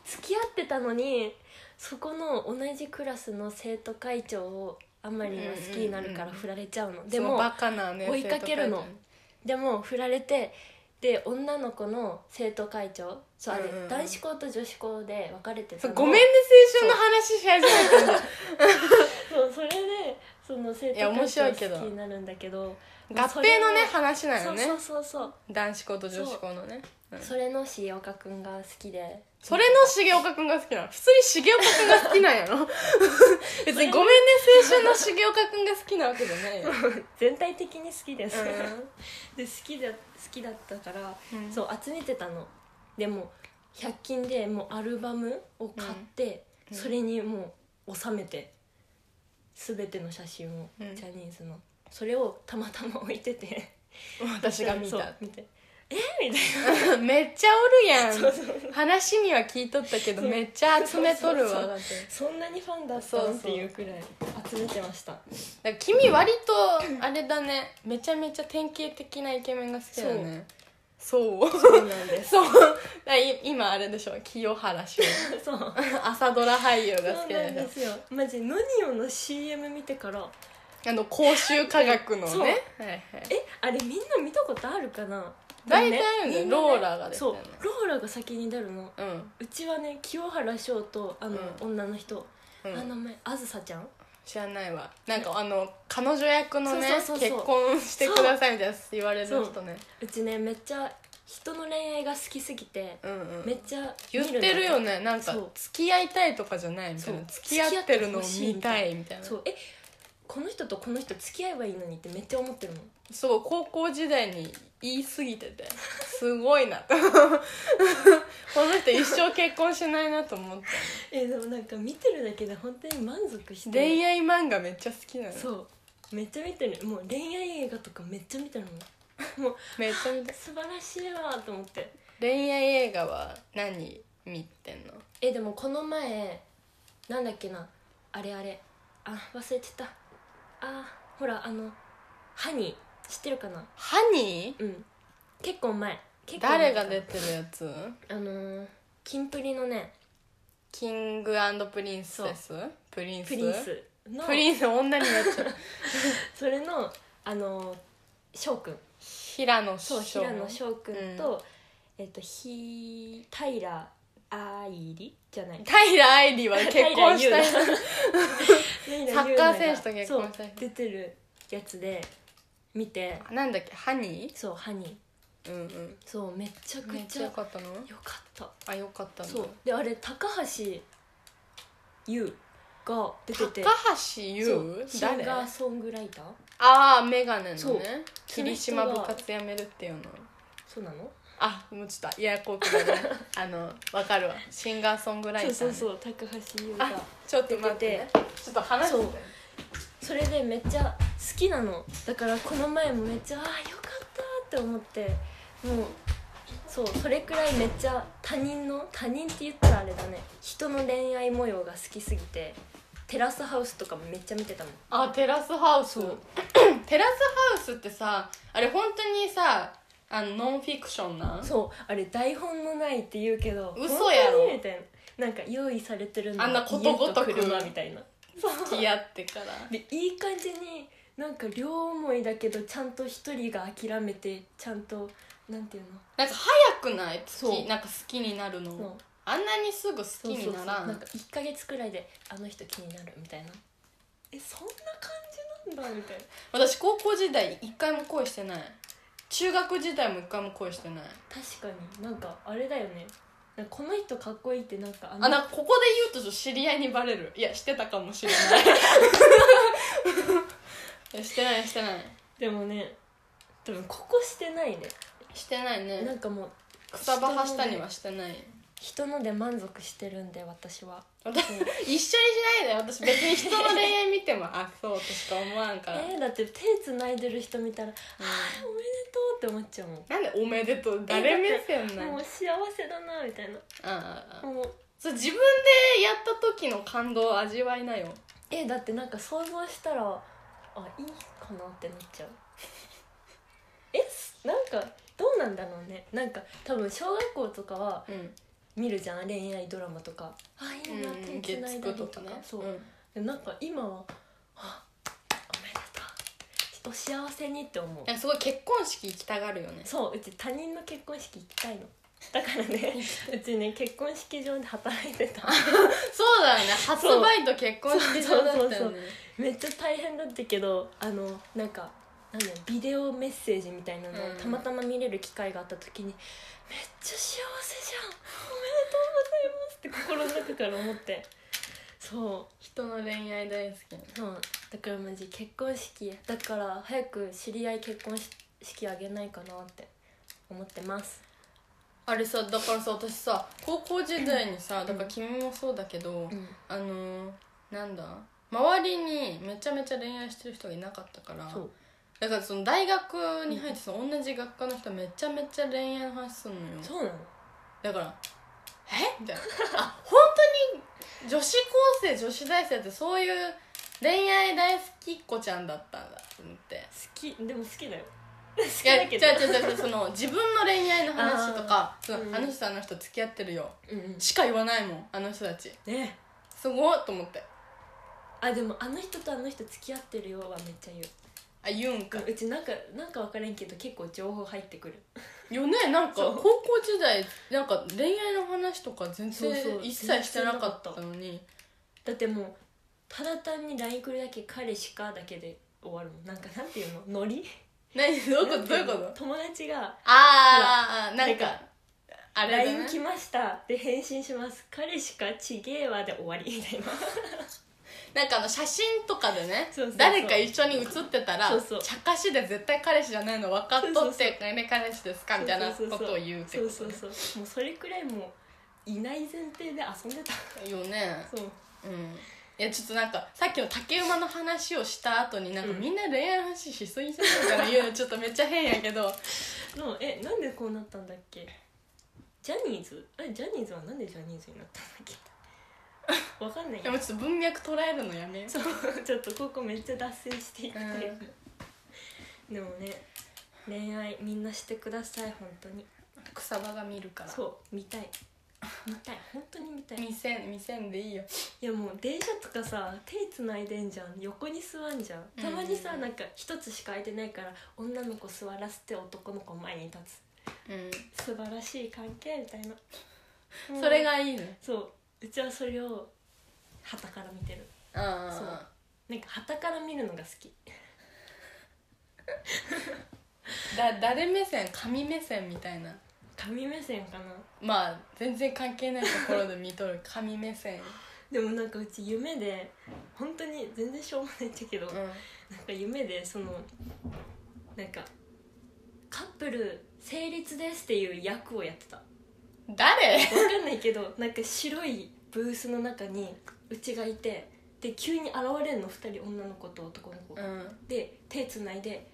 A: 付き合ってたのにそこの同じクラスの生徒会長をあまりんは好きになるか
B: うんうんうん
A: ら
B: うん
A: 振られちゃうの
B: で
A: で
B: も
A: も
B: バカなね
A: 追いかけるの
B: 生徒会
A: でも振られてで女の子の生徒会長そうあれ、
B: うんうんうん
A: 男子校と女子校で分かれてた
B: 長そう
A: の
B: ごめんね青春の話し始 めたんだ
A: そうそれでその生徒
B: いや面
A: 会
B: 白い
A: 長
B: け
A: を
B: ど
A: 好きになるんだけど
B: 合併のね話な
A: そ
B: の
A: う
B: ね
A: そうそうそう
B: 男子校と女子校のねうん
A: それの重岡くんが好きで
B: それの重岡くんが好きなの普通に重岡くんが好きなんや ろ別にごめんね青春の重岡くんが好きなわけじゃないよ
A: 全体的に好きです、
B: うん
A: で好きだ好きだったから、
B: うん
A: そう集めてたのでも100均でもうアルバムを買って、
B: うん
A: それにもう収めて全ての写真を、
B: うん
A: ジャニーズのそれをたまたま置いてて
B: 私が見
A: そ
B: た
A: う見てえみたいな
B: めっちゃおるやん話には聞いとったけど
A: そう
B: めっちゃ集めとる
A: そうそう
B: わ
A: そんなにファンだった
B: そう
A: の
B: そう
A: っていうくらい集めてました
B: だから君割とあれだねめちゃめちゃ典型的なイケメンが好きだよねそう
A: そうなんです
B: そう だい今あれでしょ清原翔
A: そうそう
B: 朝ドラ俳優が
A: な
B: 好
A: ん
B: きだよ
A: で
B: ね
A: すよマジノニオの CM 見てから
B: あの公衆科学のね
A: そう
B: はいはい
A: えあれみんな見たことあるかな
B: 大体あるんだ
A: でも
B: よ
A: みな
B: ローラが出てた
A: そ
B: よ
A: う
B: ね
A: ローラが先に出るの
B: うん、
A: うちはね清原翔とあの、女の人、
B: うん
A: あの前あずさちゃん
B: 知らないわなんかあの彼女役のね
A: そうそうそうそう
B: 結婚してくださいみたいな言われる人ね
A: うちねめっちゃ人の恋愛が好きすぎて、
B: うんうん
A: めっちゃ見
B: 言
A: の
B: ってるよねなんか
A: そう
B: 付き合いたいとかじゃないみたいな
A: そう
B: 付き合ってるのを見たいみたいな
A: そうえこの人とこの人付き合えばいいのにってめっちゃ思ってるもん
B: そう高校時代に言い過ぎててすご いなとこの人一生結婚しないなと思って
A: えでもなんか見てるだけで本当に満足して
B: 恋愛漫画めっちゃ好きなの
A: そうめっちゃ見てるもう恋愛映画とかめっちゃ見てるもんもう
B: めっちゃ見たい
A: 素晴らしいわと思って
B: 恋愛映画は何見てんの
A: えでもこの前なんだっけなあれあれあ忘れてたあほらあのハニー知ってるかな
B: ハニ
A: うん結構前結
B: ー
A: 構前
B: 誰
A: か
B: が出てるやつ
A: あのー、キンプリのね
B: キングプリンセスプリンス
A: プリンスの
B: プリンス女になっ ちゃう
A: それのあのー翔くん
B: 平野
A: そう
B: 翔
A: 平野翔くんと、えっとひ平愛理じゃない
B: 平愛理は結婚したい
A: 平 平
B: なサッカー選手と結婚した
A: そう
B: 人
A: 出てるやつで見て
B: なんだっけハニ
A: そうハニー
B: ーうんうん
A: そうめちゃく
B: めっ
A: ち
B: ち
A: ゃ
B: ゃ
A: よ
B: 良
A: か
B: かったの
A: った
B: あ良かったの
A: そうであれ高橋優が出て
B: 高
A: て
B: 橋優
A: そうシン
B: 誰
A: ガー
B: あ
A: ソングライター
B: あーメガネの
A: そう
B: ね
A: その人が
B: 霧島部活やめるっていうの
A: そうなの
B: あもうちょっとややこく だねあのわかるわシンガーソングライター
A: そう
B: ね
A: そうそう高橋優が
B: あちょっと待ってねちょっと話して
A: そうそれでめっちゃ好きなのだからこの前もめっちゃああよかったって思ってもうそうそれくらいめっちゃ他人の他人って言ったらあれだね人の恋愛模様が好きすぎてテラスハウスとかもめっちゃ見てたもん
B: あテラスハウス
A: そう
B: テラスハウスってさあれ本当にさあのノンフィクションなん
A: そうあれ台本のないって言うけど
B: 嘘や
A: 本
B: ろ
A: 当にみたいななんか用意されてるの
B: あんなことごとく
A: 家車みたいな
B: 付き合っ てから
A: でいい感じになんか両思いだけどちゃんと一人が諦めてちゃんとなんていうの
B: なんか早くない好
A: そう
B: きなんか好きになるの、
A: もう
B: あんなにすぐ好
A: そう
B: き
A: そうそ
B: に
A: う
B: ならん
A: なんか1か月くらいであの人気になるみたいなえそんな感じなんだみたいな
B: 私高校時代一回も恋してない中学時代も一回も恋してない
A: 確かになんかあれだよねなんかこの人かっこいいってなんかあ
B: あ
A: の
B: なんかここで言うと知り合いにバレるいやしてたかもしれない いやしてないしてない
A: でもね多分ここしてないね
B: してない
A: な
B: ね
A: んかもう
B: 草葉はしたにはしてない
A: 人ので満足してるんで私は
B: 私
A: そう
B: 一緒にしないで私別に人の恋愛見てもあそうとしか思わんから、
A: えーだって手つないでる人見たら「あーおめでとう」って思っちゃうもん
B: なんでおめでとう誰目線な
A: も
B: の
A: う幸せだなみたいな
B: あああ
A: もう
B: そう自分でやった時の感動を味わいなよ
A: えーだってなんか想像したらあいいかなってなっちゃう えすなんかどうなんだろうねなんか多分小学校とかは
B: うん
A: 見るじゃん恋愛ドラマとかあいいな手つないだりとかそう、でなんか今はあおめでとうお幸せにって思う
B: なんかすごい結婚式行きたがるよね
A: そううち他人の結婚式行きたいのだからねうちね結婚式場で働いて た
B: そうだよね初
A: そう
B: バイト結婚式場だったよね
A: そうそうそうめっちゃ大変だったけどあのなんかなんだろうビデオメッセージみたいなのを
B: うん
A: たまたま見れる機会があった時に、めっちゃ幸せじゃんおめでとうございますって心の中から思ってそ
B: 人の恋愛大好き
A: うそうだからマジ結婚式だから早く知り合い結婚し式あげないかなって思ってます
B: あれさだからさ私さ高校時代にさだから
A: うん
B: 君もそうだけど、
A: うん
B: あのーなんだ周りにめちゃめちゃ恋愛してる人がいなかったから
A: そう
B: だからその大学に入ってその同じ学科の人めちゃめちゃ恋愛の話すんのよ
A: そうなの
B: だから「えみたいなあ本当に女子高生女子大生ってそういう恋愛大好きっ子ちゃんだったんだと思って
A: 好きでも好きだよ好き
B: いや
A: だ
B: 違う
A: け
B: 違
A: ど
B: う違うその自分の恋愛の話とかその
A: うん
B: あの人あの人付き合ってるよ
A: うんうん
B: しか言わないもんあの人たち
A: ね
B: すごいと思って
A: あでもあの人とあの人付き合ってるよはめっちゃ言う
B: あ言うんか
A: うちなんかなんか分からんけど結構情報入ってくる
B: よねなんか
A: そ
B: 高
A: う
B: 校時代なんか恋愛の話とか全然
A: そうそう
B: 一切してなかったのに
A: だってもうただ単に LINE 来るだけ「彼しか」だけで終わるもんなんかなんていうのノリ
B: 何どういうことどういうこ
A: なん
B: と
A: ての友達が
B: あーあーあーなん
A: なん
B: か
A: か「
B: あれだ
A: LINE
B: ね
A: 来ました」で返信します「彼しかちげえわ」で終わりみたいな
B: なんかあの写真とかでね
A: そうそうそう
B: 誰か一緒に写ってたら
A: そうそう
B: 茶化しで絶対彼氏じゃないの分かっ
A: そ
B: と
A: う
B: っ
A: そう
B: てね彼氏ですかみたいなことを言うって
A: そ
B: こ
A: う
B: と
A: そう
B: ね
A: そうもうそれくらいもういない前提で遊んでた
B: よね
A: そう
B: うんいやちょっとなんかさっきの竹馬の話をした後になんか
A: うん
B: みんな恋愛の話しすぎじゃないかな言うのちょっとめっちゃ変やけど
A: のえなんでこうなったんだっけジャニーズえジャニーズはなんでジャニーズになったんだっけわ かんない
B: でもちょっと文脈捉えるのやめよう
A: そうちょっとここめっちゃ脱線していくというかでもね恋愛みんなしてください本当に
B: 草場が見るから
A: そう見たい見たい本当に見たい
B: 見せん見せんでいいよ
A: いやもう電車とかさ手つないでんじゃん横に座んじゃんたまにさ
B: うん
A: なんか一つしか空いてないから女の子座らせて男の子前に立
B: うん
A: つ素晴らしい関係みたいな
B: それ
A: が
B: がいいね
A: そううちはそれを旗から見てるそ
B: あ
A: うなんか旗から見るのが好き
B: あだ誰目線神目線みたいな
A: 神目線かな
B: まあ全然関係ないところで 見とる神目線
A: でもなんかうち夢で本当に全然しょうもないんだけど、
B: うん
A: なんか夢でそのなんかカップル成立ですっていう役をやってたわ
B: 誰
A: かんないけどなんか白いブースの中にうちがいてで急に現れんの2人女の子と男の子
B: う
A: が、
B: ん
A: で手つないで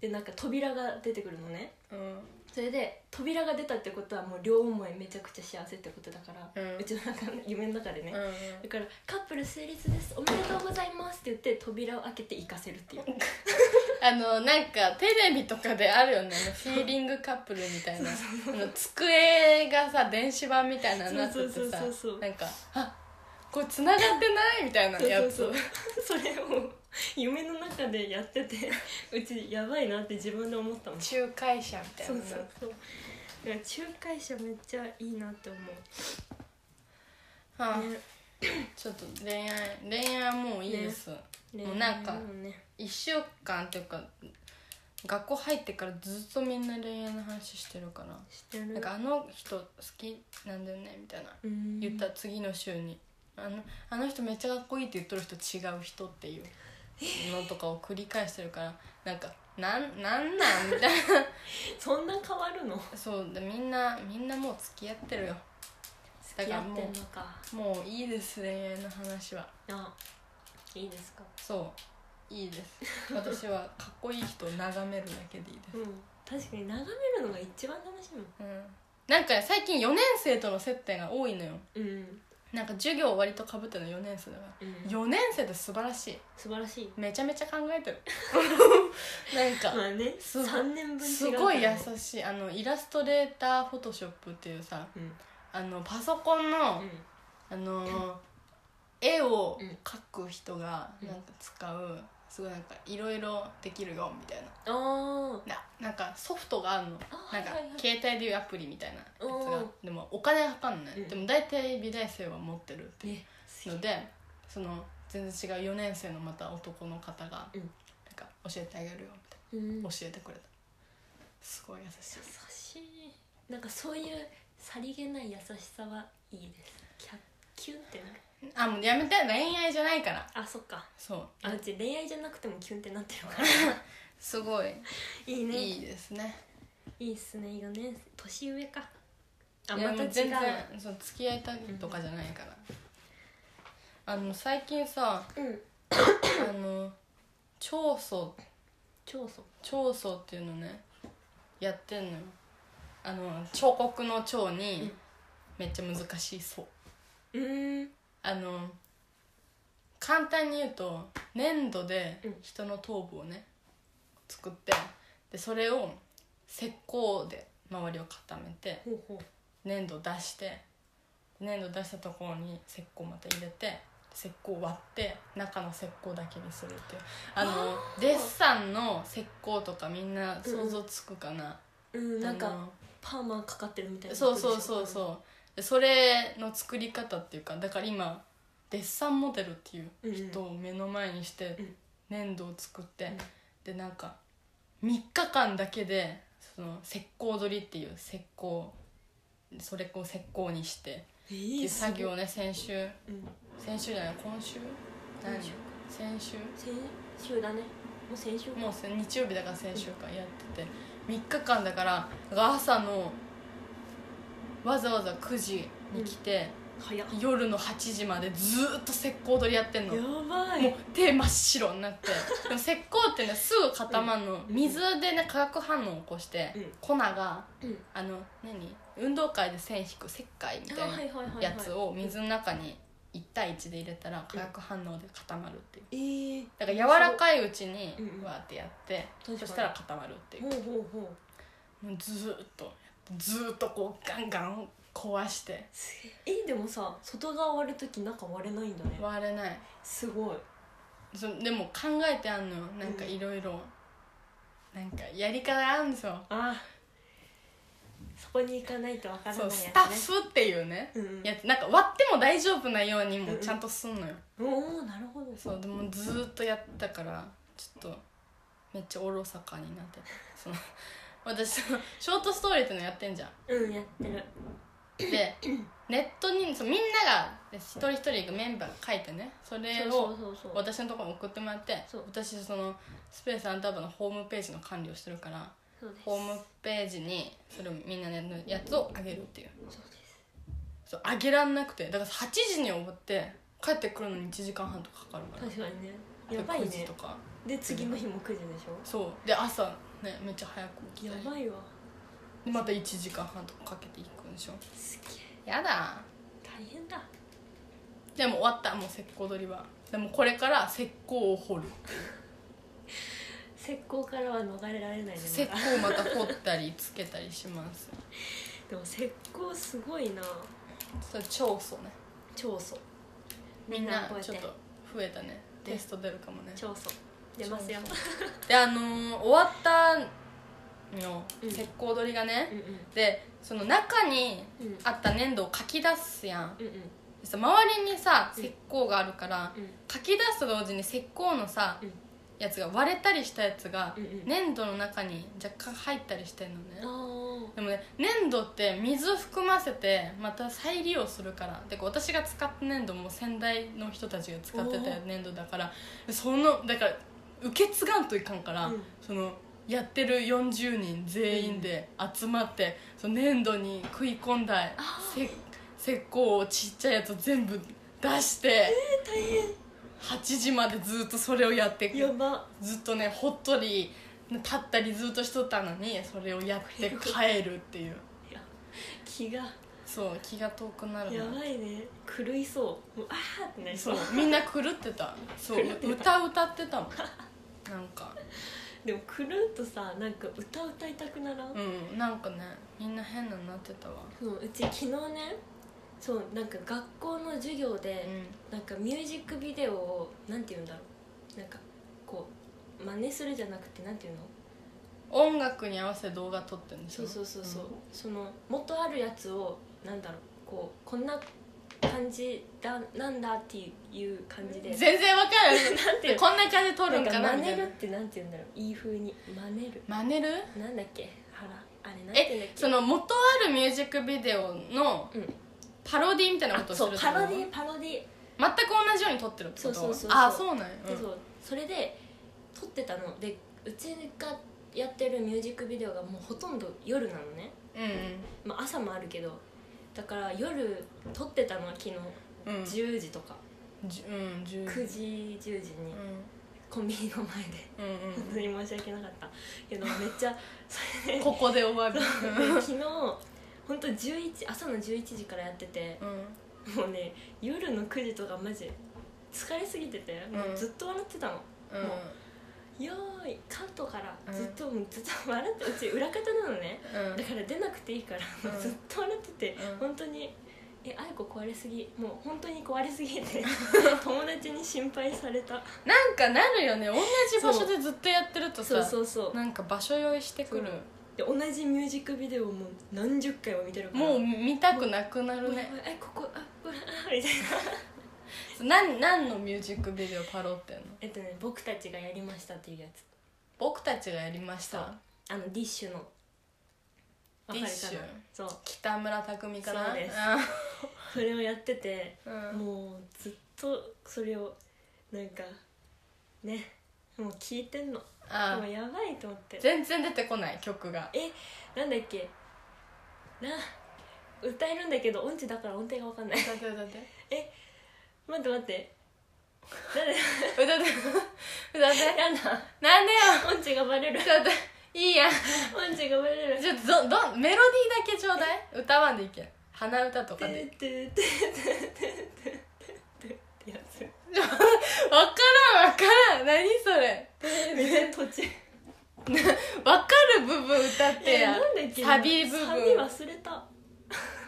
A: でなんか扉が出てくるのね
B: うん
A: それで扉が出たってことはもう両思いめちゃくちゃ幸せってことだから、
B: うん
A: うちの中の夢の中でね、
B: うん
A: だから「カップル成立ですおめでとうございます」って言って扉を開けて行かせるっていう
B: あのなんかテレビとかであるよねあのフィーリングカップルみたいなあの机がさ電子版みたいなのになってて
A: そうそう
B: さ
A: そうそう
B: なんかあこれ繋がってないみたいなやつ
A: そうそうそうそれを夢の中でやっててうちやばいなって自分で思ったもんそ
B: 仲介者みたいうなの
A: そうそうだから仲介者めっちゃいいなって思
B: はあ
A: う、ね、
B: ちょっと恋愛恋愛はもういいです、もうなんか
A: 恋愛もね
B: 一週間っていうか学校入ってからずっとみんな恋愛の話してるから、
A: してる
B: なんかあの人好きなんだよねみたいな
A: うん
B: 言った次の週にあのあの人めっちゃかっこいいって言っとる人違う人っていうのとかを繰り返してるからなんかなんなんなん みたい
A: そんな変わるの
B: なそうでみんなみんなもう付き合ってるよ
A: 付
B: だ
A: き
B: から
A: 合っ
B: もう
A: てんのか
B: もういいです恋愛の話は
A: あいいですか
B: そういいです私はかっこいい人を眺めるだけでいいです
A: うん確かに眺めるのが一番楽しいもん
B: うんなんかね最近4年生との接点が多いのよ
A: うん、
B: なんか授業割とかぶってるの4年生だから
A: うん、
B: 4年生って素晴らしい
A: 素晴らしい
B: めちゃめちゃ考えてる なんか、
A: まあね
B: すごい
A: 3年分違う
B: すごい優
A: からね
B: しいあのイラストレーターフォトショップっていうさ
A: うん
B: あのパソコンの、
A: う
B: あのー絵を
A: うん
B: 描く人が
A: うん、
B: なんか使うすごいなんかいろいろできるよみたいなん
A: あ
B: ななんかソフトがあるの
A: あ
B: なんか
A: はいはいはい
B: 携帯でいうアプリみたいなやつが
A: うん
B: でもお金かかんない、
A: うん
B: でも大体美大生は持ってるって
A: ー
B: い
A: ね
B: うのでその全然違う4年生のまた男の方がなん
A: うん
B: か教えてあげるよみたい
A: うん
B: な
A: 優
B: 教えてくれたすごい優し
A: し
B: い
A: いなんかそういうさりげない優しさはいいですキャキュンってなる
B: あもうやめて恋愛じゃないから
A: あそっか
B: そう
A: あうち恋愛じゃなくてもキュンってなってるから
B: すごい
A: いいねい
B: い
A: い
B: いですね
A: っすね4年年上かあ
B: い
A: ま
B: やも
A: た違
B: う
A: う
B: 全然そう付き合いたいとかじゃないから、あの最近さ
A: うん
B: あの長宗
A: 長宗
B: 長宗っていうのねやってんのよあの彫刻の彫
A: う
B: に
A: ん
B: めっちゃ難しいそう
A: うん
B: あの簡単に言うと粘土で
A: うん
B: 人の頭部をね作ってでそれを石膏で周りを固めて
A: ほうほ
B: 粘土出して粘土出したところに石膏また入れて石膏割って中の石膏だけにするっていうあのデッサンの石膏とかみんな想像つくかな、
A: ううんなん
B: あ
A: か
B: の
A: パーマかかってるみたいな
B: そうそうそうそうでそれの作り方っていうかだから今デッサンモデルっていう人を目の前にして
A: うん
B: 粘土を作って、
A: うん
B: でなんか3日間だけでその石膏取りっていう石膏それを石膏にして
A: えー
B: で作業をね先週
A: すごいうん
B: 先週じゃない今週何
A: 今週
B: 先週
A: 先週だねもう先週か
B: もうせ日曜日だから先週間やってて3日間だからだから朝のわざわざ9時に来て、
A: 早っ
B: 夜の8時までずーっと石膏取りやってんの
A: や
B: も
A: ばいう
B: 手真っ白になってでも石膏ってねすぐ固まるの
A: うん
B: 水でね化学反応を起こして、
A: うん
B: 粉が
A: うん
B: あの何運動会で線引く石灰み
A: あ
B: た
A: はいいはいはいは
B: ないやつを水の中に1対1で入れたら化学反応で固まるっていう
A: えー
B: だから柔らかいうちに
A: うんうん
B: わーってやって、
A: 確かに
B: そしたら固まるっていう
A: ほうほうほう
B: もうずーっとずーっとこうガンガン壊して
A: すげええでもさ外側割るとき中割れないんだね
B: 割れない
A: すごい
B: そでも考えてあんのよなんかいろいろなんかやり方あるんですよ
A: あそこに行かないとわからない
B: そ
A: や
B: う
A: つね
B: スタッフっていうね
A: うんうん
B: やつなんか割っても大丈夫なように
A: うん
B: も
A: うん
B: ちゃんとすんのよ
A: おおなるほど
B: そうでもずーっとやったからちょっとめっちゃおろそかになってたその私そのショートストーリーってのやってんじゃん
A: うんやってる
B: でネットにそうみんなが一人一人がメンバーが書いてねそれ
A: そ
B: を
A: うそうそうそう
B: 私のところに送ってもらって
A: そう
B: 私そのスペースアンターバーのホームページの管理をしてるから
A: そうです
B: ホームページにそれをみんなのやつをあげるっていう
A: そうです
B: そうあげらんなくてだから8時に終わって帰ってくるのに1時間半とかかかるから
A: 確かにねやばい
B: 9時
A: ね
B: とか
A: で次の日も9時でし
B: そうで朝ねめっちゃ早く起
A: ょ
B: き
A: や
B: て
A: ばいわ
B: でまた1時間半とかかけていくんでしょ
A: すげえ
B: やだ
A: 大変だ
B: でも終わったもう石膏取りはでもこれから石膏を掘る
A: 石膏からは逃れられないね
B: 石
A: まだ
B: 膏をまた掘ったりつけたりします
A: でも石膏すごいな
B: それ超そうね
A: 長素
B: みんな
A: 覚えて
B: ちょっと増えたねテスト出るかもね
A: 長素出ますよ
B: であのー終わったの
A: うん
B: 石膏取りがね、
A: うん
B: でその中に
A: うんうん
B: あった粘土をかき出すやん
A: うん
B: でさ周りにさ
A: うん
B: 石膏があるから、
A: うん
B: かき出すと同時に石膏のさ、
A: うん
B: やつが割れたりしたやつが
A: うんうん
B: 粘土の中に若干入ったりしてんのね、
A: あ
B: でもね粘土って水を含ませてまた再利用するからで私が使った粘土も先代の人たちが使ってた
A: お
B: 粘土だからそのだから受け継がんといかんから、
A: うん
B: そのやってる40人全員で集まって、その粘土に食い込んだ石石膏をちっちゃいやつを全部出して、8時までずっとそれをやって
A: あやば
B: ずっとねほっとり立ったりずっとしとったのにそれをやって帰るっていう
A: 気が
B: そう気が遠くなる
A: や
B: な
A: ばいね狂いそうもうあーってなりそ
B: そううみんな狂ってたそう
A: 狂ってた
B: 歌歌ってたもんなんか
A: でも狂うとさなんか歌歌いたくならん、
B: うんなんかねみんな変なのになってたわ
A: そううち昨日ねそうなんか学校の授業
B: う
A: で、
B: ん
A: なんかミュージックビデオをなんて言うんだろうなんかこう真似するじゃなくてなんて言うの
B: 音楽に合わせて動画撮ってるんでし
A: そ
B: ょ
A: うそうそうそう、その元あるやつをなんだろうこうこんな感じだなんだっていう感じで
B: ん全然わかんない
A: なんていう
B: こんな感じで撮るん
A: な
B: か
A: ん
B: な
A: か
B: み
A: 真
B: た
A: 似
B: い
A: る
B: な
A: ってなんて言うんだろういい風に真似る
B: 真似る
A: なんだっけあらあれなんて言うんだっ
B: え
A: け
B: その元あるミュージックビデオの
A: うん
B: パロディみたいなこ
A: あ
B: とをす
A: そ
B: る
A: う
B: ってこと
A: パロディパロディ、
B: 全く同じように撮ってるってこと
A: そうそうそうそう
B: あそうなんや、うん
A: でそうそれで撮ってたのでうちがやってるミュージックビデオがもうほとんど夜なのね、
B: う
A: まあ、朝もあるけどだから夜撮ってたのは昨日
B: んうんうん
A: 10時とか、
B: じゅうん10
A: 9時10時
B: う
A: に
B: ん
A: コンビニの前で
B: うん
A: 本当に申し訳なかったけどめっちゃそれ
B: うん
A: で
B: ここで終わる
A: 昨日本当11朝の11時からやってて
B: うん
A: もうね夜の9時とかマジ疲れすぎててもうずっと笑ってたの、
B: うん
A: もよーい関東からずっと、もうずっと笑ってうち裏方なのね
B: うん
A: だから出なくていいから、
B: う ん
A: ずっと笑ってて、
B: うん
A: 本当に「えあいこ壊れすぎもう本当に壊れすぎ」て 友達に心配された
B: なんかなるよね同じ場所でずっとやってると
A: そう
B: さ
A: そうそう
B: なんか場所用意してくる
A: そうで同じミュージックビデオをもう何十回も見てるから
B: もう
A: も
B: 見たくなくな
A: う
B: るね
A: えここあこれあみたいな
B: なん何のミュージックビデオパロってんの
A: えっとね「僕たちがやりました」っていうやつ
B: 僕たちがやりまし
A: そう
B: た
A: あのディッシュのわかるかな
B: ディッシュ
A: そう
B: 北村匠海かな
A: そうですそれをやってて
B: うんうん
A: もうずっとそれをなんかねもう聞いてんのも
B: あ
A: うやばいと思って
B: 全然出てこない曲が
A: えなんだっけな歌えるんだけど音痴だから音程が分かんない
B: 歌って歌って
A: 待って待ってなんで
B: 歌って歌って
A: やだ
B: なんでよ
A: 音痴がバレる
B: 歌っていいや
A: 音痴がバレる
B: じゃあどどメロディーだけちょうだい歌わんでいいけん鼻歌と
A: て
B: かで
A: ーてーてーてーてーてーてーてーってやつ
B: わからんわからん何それ
A: めっちゃ途中
B: わかる部分歌って
A: え
B: や
A: なんだっけ
B: サビ部分
A: サビ忘れた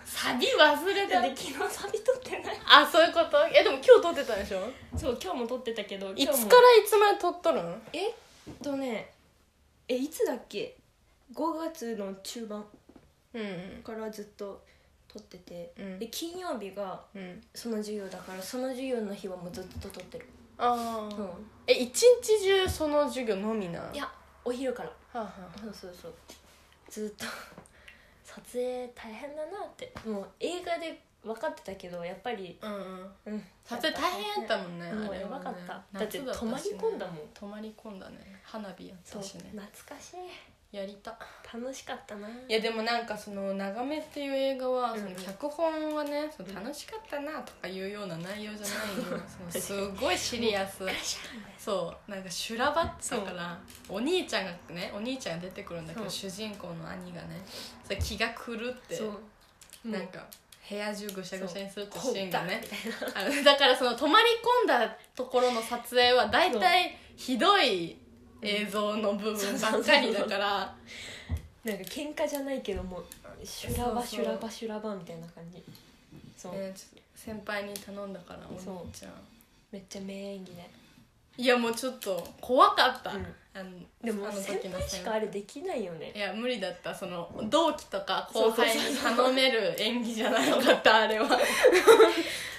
B: サビ忘れ
A: だ
B: た
A: って昨日サビ撮ってない
B: あそういうことえでも今日撮ってたでしょ
A: そう今日も撮ってたけど
B: いつ
A: 今日も
B: からいつまで撮っとるん
A: えっとねえいつだっけ5月の中盤
B: うん
A: からずっと撮ってて、
B: うん
A: で金曜日が
B: うん
A: その授業だからその授業の日はもうずっと撮ってる、
B: あ
A: うん
B: あ、え一日中その授業のみない
A: やお昼から
B: はあはあ
A: そうそうそうずっと 撮影大変だなってもう映画で分かってたけどやっぱり
B: うんうん
A: うん
B: 撮影大変やったもんね
A: も
B: あ
A: う
B: れ
A: や
B: は
A: ば
B: ね
A: かっただって
B: 夏
A: 泊
B: し
A: ま
B: ね
A: り込んだもん
B: 泊まり込んだね花火やっ
A: そう
B: たしね
A: 懐かしい
B: やりた
A: 楽しかったない
B: やでもなんかその「眺め」っていう映画は
A: うん
B: そ
A: うん
B: の脚本はねその楽しかったなとかいうような内容じゃな いよそのすごいシリアスそうなんか修羅場ってだからお兄ちゃんがねお兄ちゃんが出てくるんだけど
A: そ
B: 主人公の兄がねそれ気が狂って
A: そうもう
B: なんか部屋中ぐしゃぐしゃにするってシーン
A: こ
B: が
A: う
B: ね
A: みたいな
B: あのだからその泊まり込んだところの撮影は大体ひどい映像の部分ばっかりだから
A: なんか喧嘩じゃないけどもう修羅場修羅場修羅場みたいな感じそう、
B: ねちょっと先輩に頼んだからお
A: そう
B: 兄ちゃん
A: めっちゃ名演技ね
B: いやもうちょっと怖かった、
A: うん
B: あの
A: でも
B: あの
A: 先
B: 時の
A: 輩しかあれできないよね
B: いや無理だったその同期とか後輩
A: そう
B: に
A: そうそう
B: 頼める演技じゃなかったあれは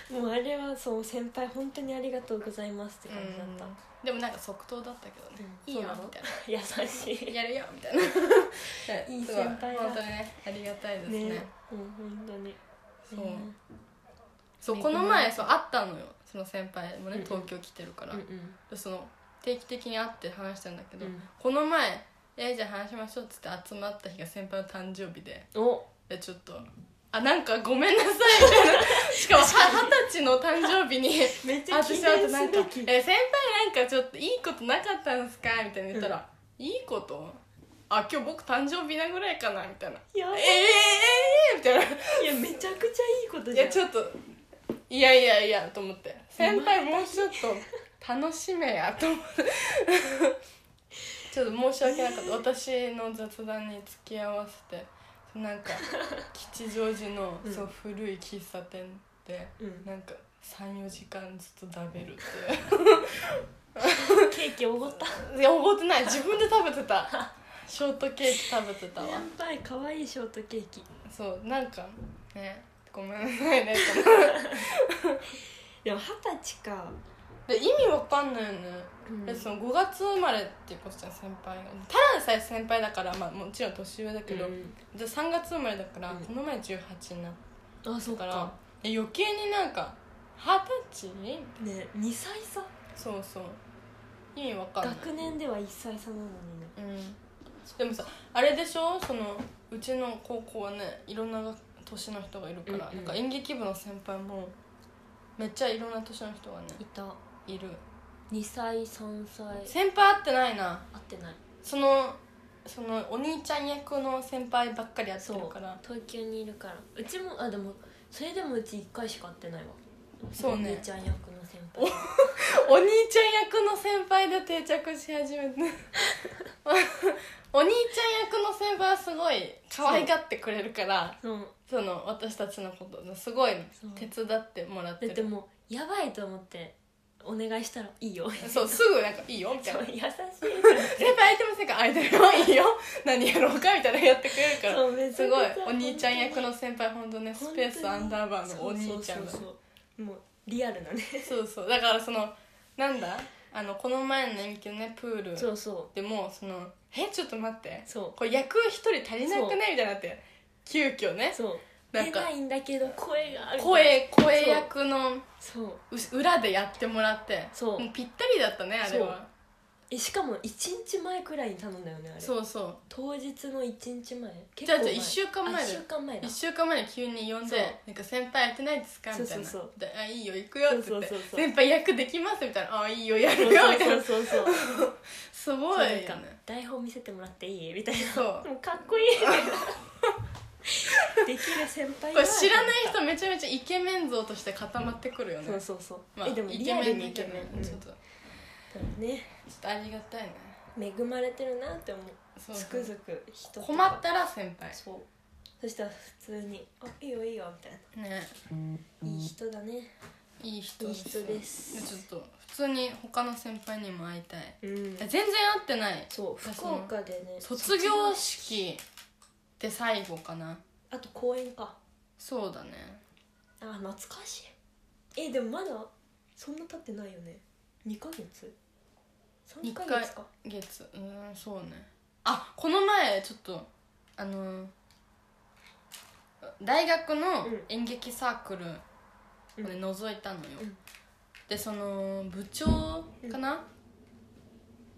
A: もうあれはそう先輩本当にありがとうございますって感じだった、
B: でもなんか即答だったけどね、
A: うん
B: いいよ
A: そうなの
B: み たいな
A: 優し い
B: やるよみたいな
A: いい先輩だ
B: 本当にねありがたいですね
A: ねもう本当に
B: そう
A: ね
B: そう
A: ね
B: この前そう会ったのよその先輩もね、
A: うんうん
B: 東京来てるから、
A: うん
B: でその定期的に会って話してんだけど、
A: うん
B: この前「えじゃあ話しましょう」っつって集まった日が先輩の誕生日で
A: うんお
B: でちょっと「あなんかごめんなさい」みたい なしかもは二十歳の誕生日に
A: めっちゃ
B: 会ってしまうとなんか
A: 記念すべ
B: 「
A: き
B: え先輩なんかちょっといいことなかったんすか?」みたいな言ったら「いいことあ今日僕誕生日なぐらいかな」みたいな「
A: やば
B: え
A: い
B: ええええみたいな「
A: いやめちゃくちゃいいこと
B: い
A: じゃん
B: やちょっといやいやいや」と思って先輩もうちょっと楽しめやと思ってちょっと申し訳なかった私の雑談に付き合わせてなんか吉祥寺の
A: うん
B: そう古い喫茶店で、
A: うん
B: なんか34時間ずっと食べるって
A: ケーキおごった
B: いういや覚えてない自分で食べてたショートケーキ食べてたわ
A: 先輩可愛いショートケーキ
B: そうなんかねごめんなさいねと思って
A: でも二十歳か
B: で意味わかんないよね、
A: うん
B: でその5月生まれっていうことじゃん先輩がただでさえ先輩だから、まあ、もちろん年上だけど、
A: うん
B: で3月生まれだから、
A: うん
B: この前18になっ
A: あそう
B: たから
A: か
B: で余計になんか二十歳
A: ね二歳差
B: そうそう意味わかんない
A: 学年では一歳差なのにね
B: うんでもさあれでしょそのうちの高校はねいろんな年の人がいるから、
A: うんうん
B: なんか演劇部の先輩もめっちゃいろんな年の人がね
A: いた
B: いる
A: 2歳3歳
B: 先輩会ってないな
A: 会ってない
B: そのそのお兄ちゃん役の先輩ばっかり会って
A: そう
B: るから
A: 東京にいるからうちもあでもそれでもうち1回しか会ってないわ
B: そう
A: お
B: ね
A: 兄ちゃん役の先輩
B: お兄ちゃん役の先輩で定着し始めて お兄ちゃん役の先輩はすごい可愛がってくれるから
A: そう
B: その私たちのことすごい
A: そう
B: 手伝ってもらって
A: でで
B: る
A: もやばいと思ってお願いしたら「いいよ」
B: そうすぐなんか「いいよ」みた い
A: そ
B: な
A: う優しい
B: 「先輩空いてませんか空いてるよ いいよ何やろうか」みたいなのやってくれるから
A: そうめちゃ
B: す
A: くち
B: ごい
A: ゃ
B: お兄ちゃん役の先輩本当ね
A: 本
B: ス
A: 当に
B: ペースアンダーバーのお兄ちゃんだ
A: そうそうそうそうもうリアルなね
B: そうそうだからそのなんだあのこの前の演劇のねプール
A: そうそ
B: でもその「えちょっと待って
A: うそう
B: これ役一人足りなくない?」みたいになって急遽ね
A: そう
B: なん
A: 出
B: か
A: ないんだけど声がある
B: 声声役の
A: そう
B: う裏でやってもらって
A: そう
B: もうぴったりだったねあれは
A: えしかも1日前くらいに頼んだよねあれ
B: そうそう
A: 当日の1日前
B: じゃあじゃあ
A: 前
B: 1週間
A: あ
B: 前
A: 一週
B: で
A: 間前だ
B: 1週間前に急に呼ん
A: そう
B: で「なんか先輩やってないですか?」みたいな
A: そうそう
B: であいいよ行くよ」って言って
A: そうそう
B: 「
A: そうそう
B: 先輩役できます」みたいな「あいいよやる
A: そ
B: よ
A: う」
B: みたいな
A: そうそうそうそう
B: す
A: そ
B: ご
A: う
B: い
A: なん
B: よ
A: か
B: ね
A: 台本見せてもらっていいみたい
B: そう
A: なもうかっこいいできる先輩
B: これ知らない人めちゃめちゃイケメン像として固まってくるよね
A: そうそうそう、
B: まあ
A: えでもリアルにイケメンうん
B: ちょっとちょ
A: ね
B: っとありがたいね
A: 恵まれてるなって思う
B: そう
A: つくづく人とか
B: 困ったら先輩
A: そうそしたら普通に「あいいよいいよ」みたい
B: ね
A: な「いい人だね
B: いい人
A: いい人です
B: ちょっと普通に他の先輩にも会いたい」
A: うん
B: 全然会ってない
A: そう
B: 私
A: 福岡でね
B: 卒業式で最後かな
A: あと公演か
B: そうだね
A: あ懐かしいえでもまだそんな経ってないよね2ヶ月3ヶ月か
B: 月うーんそうねあこの前ちょっとあのー大学の
A: うん
B: 演劇サークルをね覗いたのよ、
A: うん
B: でその部長かな、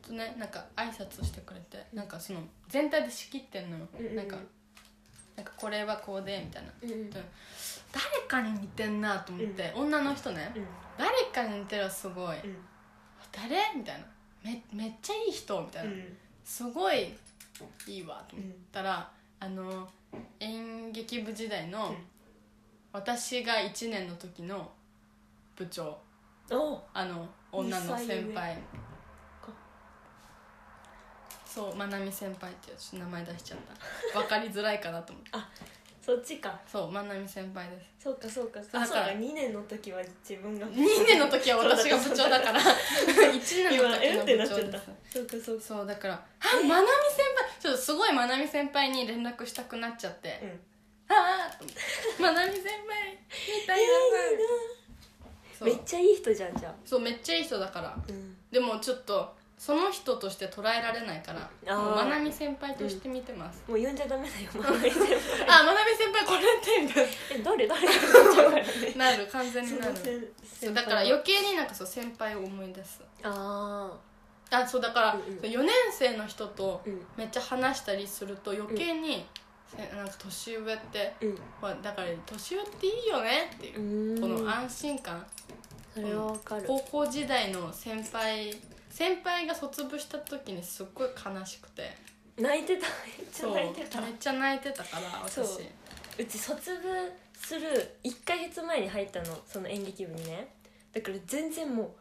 B: とねなんか挨拶してくれて、
A: うん
B: なんかその全体で仕切ってんのよ、
A: うんうんうん
B: なんかなんかこれはこうでみたいな
A: うんうん
B: 誰かに似てんなと思って、女の人ね、
A: うん
B: 誰かに似てるわすごい、
A: うん
B: 誰みたいなめめっちゃいい人みたいな、
A: うん
B: すごいいいわと思ったら、あの演劇部時代の、
A: うん
B: 私が1年の時の部長
A: お
B: あの女の先
A: 二
B: 輩
A: 歳か
B: そうまなみ先輩っていうちょっと名前出しちゃった分かりづらいかなと思って
A: そっちか
B: そうまなみ先輩です
A: そうかそうかそう
B: あ
A: か
B: だから
A: 2年の時は自分が
B: 2年の時は私が部長だから 1年
A: 今
B: の時
A: え
B: の
A: ってなっ
B: 部
A: ち
B: 長
A: ゃっ
B: で
A: た
B: す
A: そうかそうか
B: そうだから「あまなみ先輩」ちょっとすごいまなみ先輩に連絡したくなっちゃって
A: うんいい
B: 「ああ」と思って「まなみ先輩みたいな」そ
A: なめっ
B: う
A: ちゃいい人じゃんじゃあ
B: そうめっちゃいい人だから
A: うん
B: でもちょっとその人として捉えられないから
A: あー
B: もうまなみ先輩として見てます、
A: もう呼んじゃダメだ よマナミ先輩
B: あまなみ先輩これってみたい
A: え誰誰ってなっちゃうからね
B: ななる完 全になるそ
A: そう
B: だから余計になんかそう先輩を思い出す
A: あ
B: あそうだから、
A: うんうん
B: 4年生の人と
A: あうん
B: めっちゃ話したりすると余計に、せなんか年上って、
A: うん
B: まあ、だから年上っていいよねってい
A: こ
B: う、この安心感
A: それはわかる
B: 高校時代の先輩先輩が卒部した時にすっごい悲しくて
A: 泣いてためっちゃ
B: そう
A: 泣いてた
B: めっちゃ泣いてたから
A: そう
B: 私
A: うち卒部する1ヶ月前に入ったのその演劇部にねだから全然もう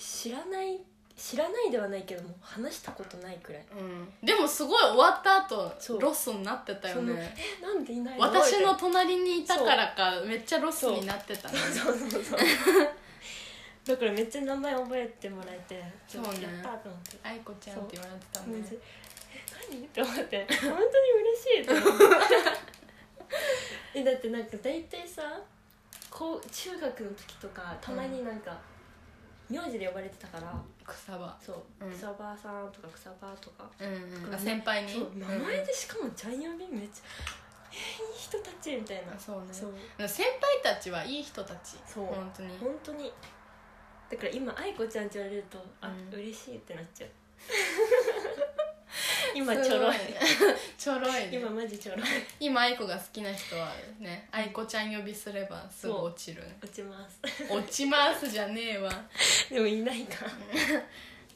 A: 知らない知らないではないけどもう話したことないくらい
B: うん、でもすごい終わった後
A: そう
B: ロスになってたよ
A: その
B: ね
A: えなんでいないの
B: 私の
A: み
B: 隣にいたからかめっちゃロスになってたね
A: たいなそうそうそうだからめっちゃ名前覚えてもらえて
B: そうね
A: やったーと思って
B: 愛子ちゃんって言われてた
A: めっ
B: ね
A: ちゃえ何って思 って本当に嬉しいと思ってえだってなんか大体さこう中学の時とかたまになんか、名字で呼ばれてたから
B: 草場
A: そう、
B: うん
A: 草場さんとか草場とか
B: うん、
A: う
B: うんん、あ先輩に
A: そう名前でしかもジャイアンビンめっちゃ「えーいい人たち」みたいな
B: あそうね
A: そう
B: 先輩たちはいい人たち
A: そう
B: 本当に
A: 本当にだ から今愛子ちゃんって言われるとあ、
B: うん
A: 嬉しいってなっちゃう今ちょろい
B: すごい ちょろいね
A: 今マジちょろい
B: 今愛子が好きな人はね愛子ちゃん呼びすればすぐ落ちる
A: 落ちます
B: 落ちますじゃねえわ
A: でもいないか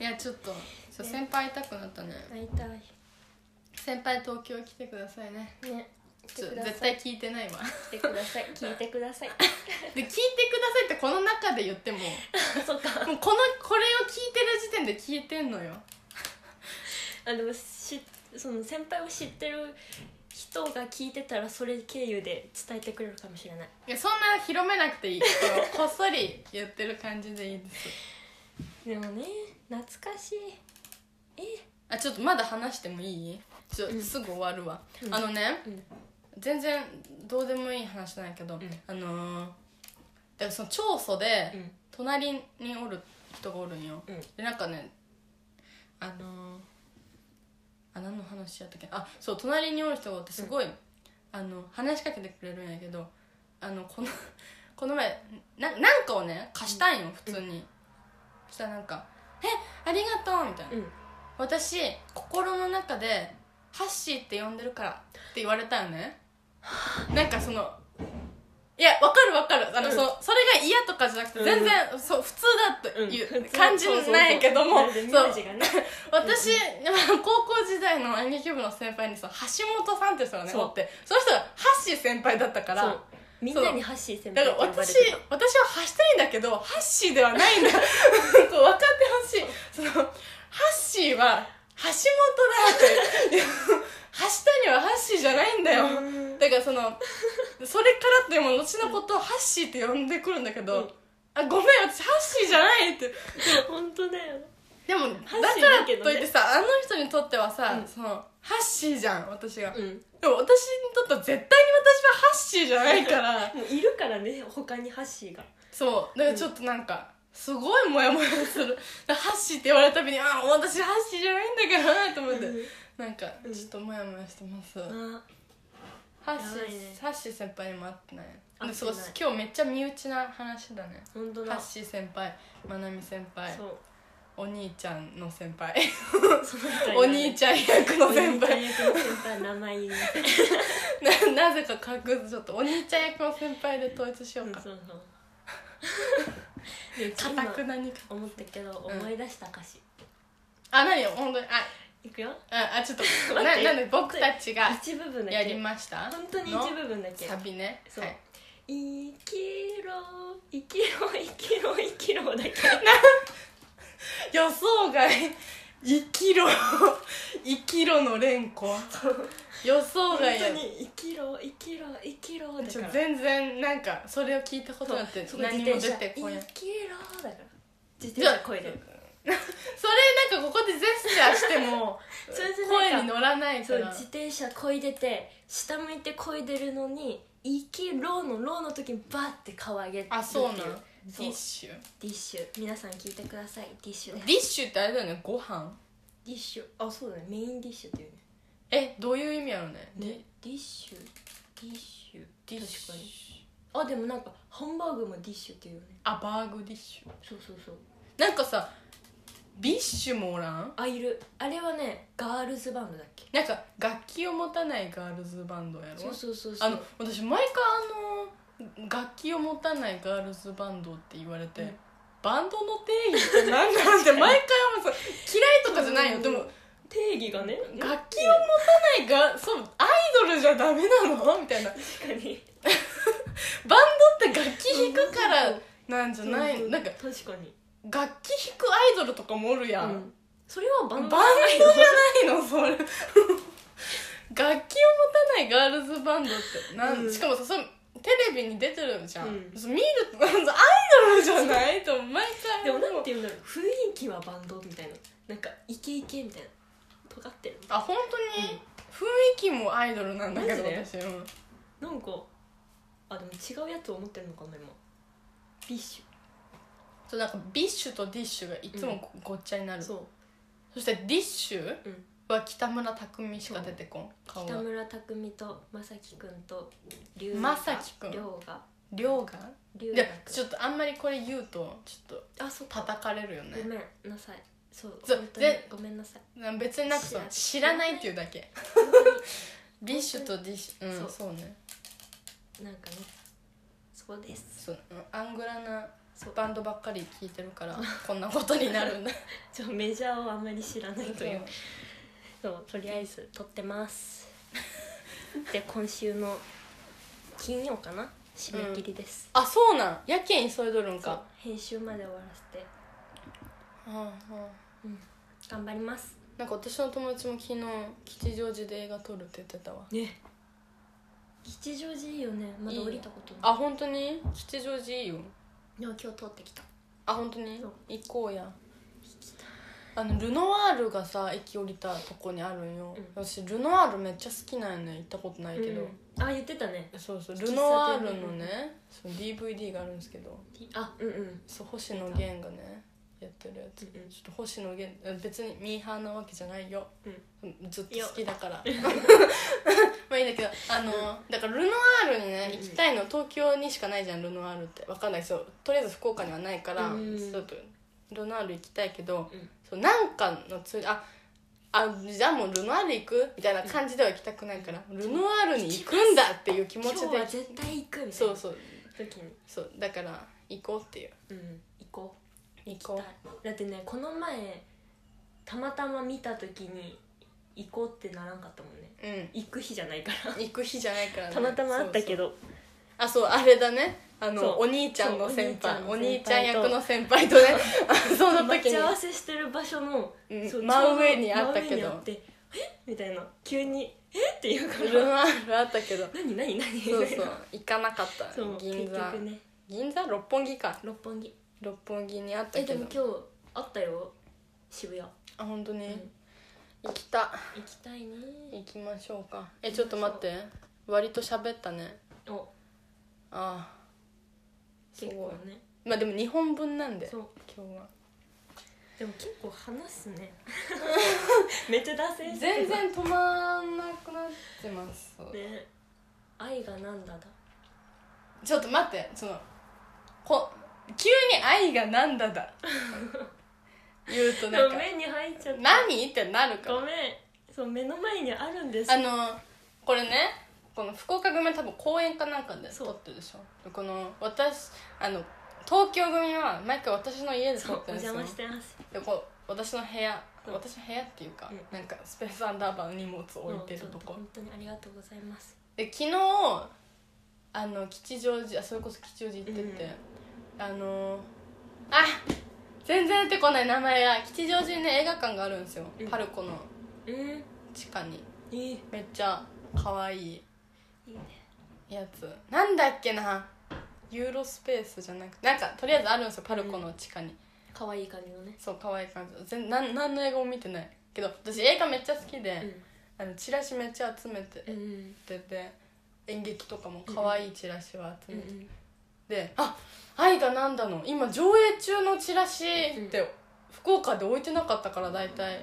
B: いやちょっとそう先輩会いたくなったね
A: 会いたい
B: 先輩東京来てくださいね
A: ね来て
B: ちょ
A: くだ
B: 絶
A: さい
B: 対聞いてないわ
A: 来てくだ さい聞いてください
B: で聞いてくださいってこの中で言ってもも
A: そっか
B: うこのこれを聞いてる時点で聞いてんのよ
A: あでもしその先輩を知ってる人が聞いてたらそれ経由で伝えてくれるかもしれない
B: いやそんな広めなくていいこうこっそり言ってる感じでいいです
A: でもね懐かしいえ
B: あちょっとまだ話してもいいちょ、
A: うん
B: すぐ終わるわ、
A: うん
B: あのね
A: うん
B: 全然どうでもいい話なんやけど、
A: ん
B: あのーでもその長所で
A: うん
B: 隣におる人がおるんよ、
A: うん
B: でなんかねあのーあ何の話やったっけあそう隣におる人がおってすごい、あの話しかけてくれるんやけどあのこの この前ななんかをね貸したんよ普通に、したらなんか「えありがとう」みたいな、
A: うん
B: 私心の中で「ハッシーって呼んでるから」って言われたよねなんかそのいやわかるわかるあの、
A: うん
B: そそれが嫌とかじゃなくて全然、そう普通だという、感じないけども
A: そう
B: そう
A: 名字がね
B: 私、 高校時代の演劇部の先輩にさ橋本さんって人がね
A: そう
B: おってその人がハッシー先輩だったから
A: そうみんなにハッシー先
B: だ
A: 輩
B: か
A: と
B: ら
A: 呼ばれてた
B: 私私はハしたいんだけどハッシーではな いんだこう分かってほしいそのハッシーは橋本だってハしたにはハッシーじゃないんだよ
A: うん
B: だからそのそれからっても後のことをハッシーって呼んでくるんだけど、
A: うん
B: あごめん私ハッシーじゃないって
A: 本当だよ
B: でもだ
A: ハ
B: か
A: ッ
B: ら
A: シーだ
B: と
A: け
B: いっ
A: どね
B: てさあの人にとってはさ、
A: うん
B: そのハッシーじゃん私が、
A: うん
B: でも私にとっては絶対に私はハッシーじゃないから
A: もういるからね他にハッシーが
B: そうだからちょっとなんか、すごいモヤモヤする「ハッシー」って言われるたびに「あ私ハッシーじゃないんだけどな」と思って、
A: うん
B: なんか
A: うん
B: ちょっとモヤモヤしてます、
A: あ
B: ハッシ
A: やばい
B: ー、
A: ね
B: ハッシー先輩にも会ってない
A: 会ってない
B: でそう今日めっちゃ身内な話だね
A: 本当
B: ハ
A: だ
B: ッシー先輩まなみ先輩
A: そう
B: お兄ちゃんの先輩
A: その人
B: お兄ちゃん役の先
A: お
B: 輩
A: 兄ちゃん役の先輩名前言いません
B: ななぜか隠すちょっとお兄ちゃん役の先輩で統一しようか
A: そうそうで
B: かたくなにか
A: 今思ったけど
B: うん
A: 思い出した歌詞、
B: あ何よ本当にあ
A: いくよ
B: ああちょっとな
A: 待って
B: なんで僕たちが
A: 一部分だけ
B: やりました
A: 本当に一部分だけ
B: サビね
A: そう、
B: はい
A: 生きろ生きろ生きろ生きろだけ
B: 予想外生きろ 生きろの連呼予想
A: 本
B: 外
A: 当
B: や
A: に生きろ生きろ生きろだ
B: ち
A: か
B: ょ
A: ら
B: 全然なんかそれを聞いたことなんて
A: そう
B: 何も出てこない
A: 生きろだから自転車声で
B: それなんかここでジェスチャーして も
A: それでなんか
B: 声に乗らないか
A: そう
B: ら
A: 自転車こいでて下向いてこいでるのに生きろのろの時にバーって顔上げるってい
B: あそうなのデ
A: そう
B: ィッシュ
A: ディッシュ皆さん聞いてくださいディッシュ
B: デ
A: で
B: ィッシュってあれだよねご飯
A: ディッシュあそうだねメインディッシュっていうね
B: えどういう意味あるねディ
A: ねディッシュディッシュ
B: ディッシュ
A: 確かにあでもなんかハンバーグもディッシュっていうよね
B: あバーグディッシュ
A: そうそうそう
B: なんかさビッシュもおらん
A: あいるあれはねガールズバンドだっけ
B: なんか楽器を持たないガールズバンドやろ
A: そうそうそうそ
B: あ
A: う
B: の私毎回あの楽器を持たないガールズバンドって言われて、
A: うん
B: バンドの定義って何 なんて毎回思うさ嫌いとかじゃないよでも
A: 定義がね
B: 楽器を持たないがそうアイドルじゃダメなのみたいなバン
A: 確かに
B: ドって楽器弾くからなんじゃない
A: そうそう
B: なんか
A: 確かに
B: 楽器弾くアイドルとかもおるや、
A: うんんそれはバ
B: バン
A: ン
B: ド
A: ド
B: じ
A: じゃない
B: ゃないのそれ楽器を持たないガールズバンドってなん、
A: うん
B: しかもさそのテレビに出てるじゃん、
A: うん
B: そう見るとアイドルじゃないと毎回
A: でもなんて言うんだろう雰囲気はバンドみたいななんかイケイケみたいな尖ってる
B: あ本当に
A: うん
B: 雰囲気もアイドルなんだけど
A: マジで
B: 私うん
A: なんかあでも違うやつを思ってるのかな今ビッシ
B: そうなんかビッシュとディッシュがいつもごごっちゃにな
A: ュ
B: る、
A: そう
B: そしてディッシュ
A: うん
B: は北村匠海しか出てこん顔
A: 北
B: が
A: 村匠海と正輝くんと龍
B: まさきくん
A: 龍が
B: 亮が
A: 龍
B: い
A: が
B: やちょっとあんまりこれ言うとちょっと
A: あそう
B: 叩かれるよね
A: ごめんなさいそう
B: そう
A: 本当に
B: ぜ
A: ごめんなさい
B: うん別になんかそう知
A: 知
B: ら
A: ら
B: な
A: ない
B: いっていうだ けビッシュとディッシュうん
A: そ
B: そう
A: う
B: ね
A: なんかねそうです
B: そううんアングラな
A: そう
B: バンドばっかり聴いてるからこんなことになるんだ
A: ちょメジャーをあんまり知らないと
B: そう
A: いうそうとりあえず撮ってますで今週の金曜かな締め切りです、
B: あそうなんやけん急いどるん
A: そう
B: か
A: 編集まで終わらせて、
B: うんうん
A: うん、頑張ります
B: なんか私の友達も昨日吉祥寺で映画撮るって言ってたわ
A: ね吉祥寺いいよねまだ降りたことない
B: あ本当に吉祥寺いいよ
A: でも今日通ってきた
B: あ本当に
A: そう
B: 行こうやあのルノワールがさ駅降りたとこにあるんよ、
A: う
B: 私ルノワールめっちゃ好きなんよね行ったことないけど、
A: うんあ言ってたね
B: そうそう
A: 店
B: ル
A: ね
B: ノワールのねそう DVD があるんですけど
A: あうんうん
B: そう星野源がねやってるやつ、
A: うんうん
B: ちょっと星野源え別にミーハーなわけじゃないよ、ずっと好きだから まあいいんだけどあの、だからルノワールにね
A: うんうん
B: 行きたいの東京にしかないじゃんルノワールってわかんないけどとりあえず福岡にはないから、
A: うん
B: ちょっとルノワール行きたいけど、
A: うん
B: そうなんかのつああじゃあもうルノワール行くみたいな感じでは行きたくないから、ルノワールに行くんだっていう気持
A: 今
B: ち
A: 日
B: で
A: は絶対行くみたい
B: そ
A: な
B: うそう
A: 時に
B: そうだから行こうっていう
A: うん行こ
B: 行
A: う
B: こ
A: だってねこの前たまたま見た時に行こうってならんかったもんね
B: ううん
A: 行く日じゃないから
B: 行く日じゃないからね
A: たまたまあったけ
B: ど
A: ど
B: あそうあれだねあ
A: そう
B: のお兄ちゃんの先輩
A: そう
B: お
A: お
B: 兄
A: 兄
B: ち
A: ち
B: ゃ
A: ゃ
B: ん
A: ん
B: 役
A: 役
B: の
A: の
B: 先輩とね あその
A: 待
B: 時
A: ち
B: に
A: 合わせしてる場所の
B: うん
A: そう
B: 真上に
A: ちょうど
B: あったけど
A: 真上にあってえみたいな急に「えっ?」て言うか
B: ルノ
A: ら
B: ワールあったけど
A: 「何何何?」みたい
B: そう
A: な
B: そう行かなかっ た
A: そう
B: 銀
A: 結
B: 座
A: 局ね
B: 銀座六本木か
A: 六本木
B: 六本木にあった
A: えで
B: けど
A: も今日あったよ渋谷
B: あ本当に、
A: ん
B: 行きた
A: 行きたいね
B: 行きましょうかえちょっと待って割と喋ったね
A: お
B: ああす
A: 結
B: ご
A: 構
B: い
A: ね
B: まあでも2本分なんで
A: そう
B: 今日は
A: でも結構話す ねめっちゃ脱線してる
B: 全然止まんなくなってます
A: ね愛がなんだだ
B: ちょっと待ってそのこ急に「愛がなんだ だ」言うとな
A: そ
B: ん
A: う
B: か
A: 目に入っちゃ
B: 「
A: った
B: 何?」ってなるか
A: ご
B: ら
A: めんそう目の前にあるんです
B: あのこれねこの福岡組は多分公演かなんかで
A: そう
B: 撮ってるでしょでこの私あの東京組は毎回私の家で
A: そ
B: 撮
A: う
B: って
A: お
B: るんです
A: 邪
B: よ
A: 魔してます
B: でこう私の部屋
A: うん
B: 私の部屋っていうか、
A: うん
B: なんかスペースアンダーバーの荷物を置いてる
A: そう
B: とこ
A: 本当にありがとうございます
B: で昨日あの吉祥寺あそれこそ吉祥寺行ってて、あのあ全然出てこない名前が吉祥寺にね映画館があるんですよ、
A: うん
B: パルコの
A: うん
B: 地下に
A: いいい
B: めっちゃ可愛い
A: いね
B: やつなんだっけなユーロスペースじゃなくてなんかとりあえずあるんですよパルコの地下に、
A: 可愛い感じのね
B: そう可愛い感じ全なん何の映画も見てないけど私映画めっちゃ好きで、
A: う
B: あのチラシめっちゃ集めて
A: んうん
B: てて演劇とかも可愛いチラシを集
A: うん
B: めて
A: うん
B: で「あ愛がなんだの今上映中のチラシ」って、福岡で置いてなかったから大体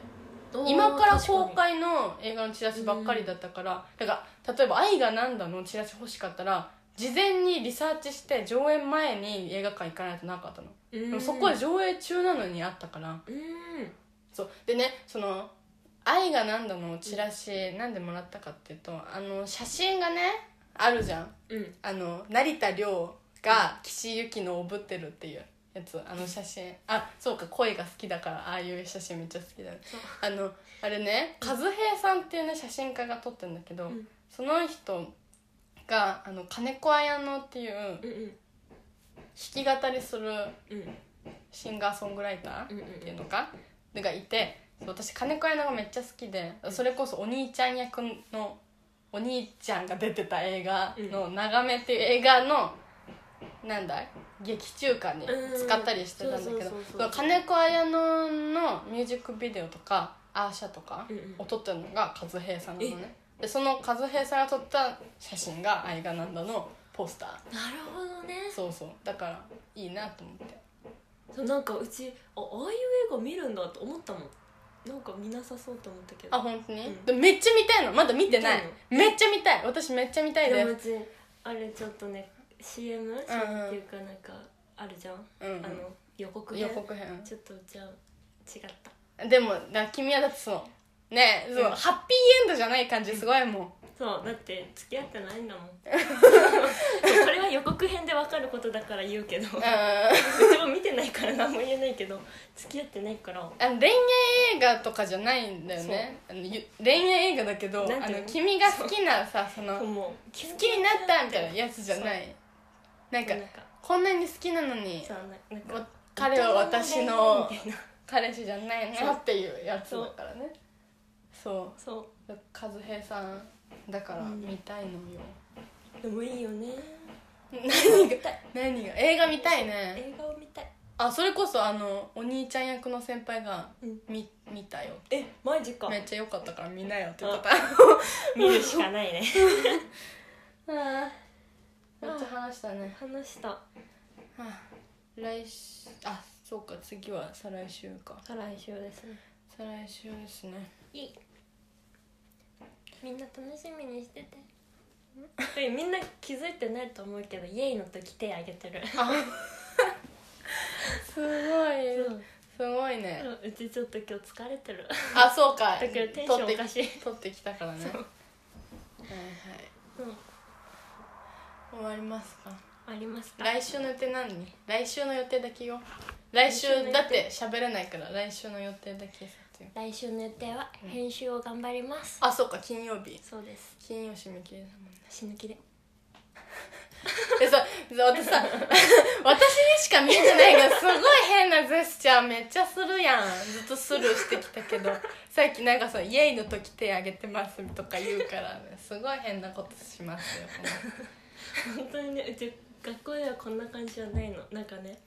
A: おー
B: 今から
A: 確に
B: 公開の映画のチラシばっかりだったから、だから例えば「愛がなんだの」チラシ欲しかったら事前にリサーチして上演前に映画館行かないとなかったの、
A: う
B: でも
A: ん
B: そこは上映中なのにあったから
A: うん
B: そうでねその「愛がなんだ」のチラシなんでもらったかっていうとあの写真がねあるじゃん
A: うん
B: あの成田凌が岸由紀のおぶってるっていうやつあの写真あそうか恋が好きだからああいう写真めっちゃ好きだね
A: そう
B: あのあれね和平さんっていうね写真家が撮ってるんだけど、
A: うん
B: その人があの金子綾乃っていう弾
A: うんうん
B: き語りする
A: うん
B: シンガーソングライター、
A: うんうん
B: っていうのかがいてそう私金子綾乃がめっちゃ好きでそれこそお兄ちゃん役のお兄ちゃんが出てた映画の「眺め」っていう映画のなんだい劇中歌に使ったりしてたんだけ
A: うん
B: ど
A: そうそうそうそう
B: その金子綾乃のミュージックビデオとかアーシャとか
A: うんうん
B: を撮ってるのが和平さんなのねでその和平さんが撮った写真が「愛がなんだ」のポスター
A: なるほどね
B: そうそうだからいいなと思って
A: そうなんかうちあああいう映画見るんだと思ったもんなんか見なさそうと思ったけど
B: あ本当に、
A: うん
B: でもめっちゃ見たいのまだ見てない
A: 見
B: めっちゃ見たい私めっちゃ見たい
A: で
B: で
A: もう
B: す
A: ちあれちょっとね CM っていうかなんかあるじゃん、
B: うんうん
A: あの予告
B: 予
A: 編
B: 告編
A: ちょっとうちは違った
B: でもだ君はだってそのねその、
A: うん
B: ハッピーエンドじゃない感じすごいもん
A: そうだって付き合ってないん だもんそうこれは予告編で分かることだから言うけど
B: うん
A: うちも見てないから何も言えないけど付き合ってないから
B: あの恋愛映画とかじゃないんだよねあのゆ恋愛映画だけど
A: なん
B: あ
A: ていう
B: の
A: の
B: 君が好きなさその好
A: もう好
B: きになったみたいなやつじゃないなんか
A: なんか
B: こんなに好きなのに
A: そうななん
B: わ
A: か
B: 彼は私の
A: みたいな
B: 彼氏じゃないなっていうやつだからねそ
A: そう
B: 和平さんだから
A: うん
B: 見たいのよ、
A: うでもいいよね
B: 何が何が映画見たいね
A: 映画を見たい
B: あそれこそあのお兄ちゃん役の先輩が
A: うん
B: 見見たよ
A: えマジか
B: めっちゃ良かったから見なよって言って
A: 見るしか ないね
B: ためっちゃ話したね
A: 話した
B: はあ来週あそうか次は再来週か
A: 再来週ですね
B: 再来週ですね
A: いいみんな楽しみにしててえみんな気づいてないと思うけどイエイの時手あげてる
B: すごいすごいね
A: うんうちちょっと今日疲れてる
B: あそうか
A: だからテンションおかしい
B: 取ってきたからねはいはい
A: うん
B: 終わりますか
A: ありますか
B: 来週の予定何来週の予定だけよ来週
A: 来週の予定
B: だって喋れないから来週の予定だけさってよ
A: 来週の予定は編集を頑張ります、
B: あそうか金曜日
A: そうです
B: 金曜締め切りだもんね
A: 死ぬ気で
B: でさ私さ 私にしか見えてないけどすごい変なジェスチャーめっちゃするやんずっとスルーしてきたけどさっきなんかさ「イエイの時手挙げてます」とか言うからねすごい変なことしますよこの
A: 本当にねうち学校ではこんな感じじゃないのなんかね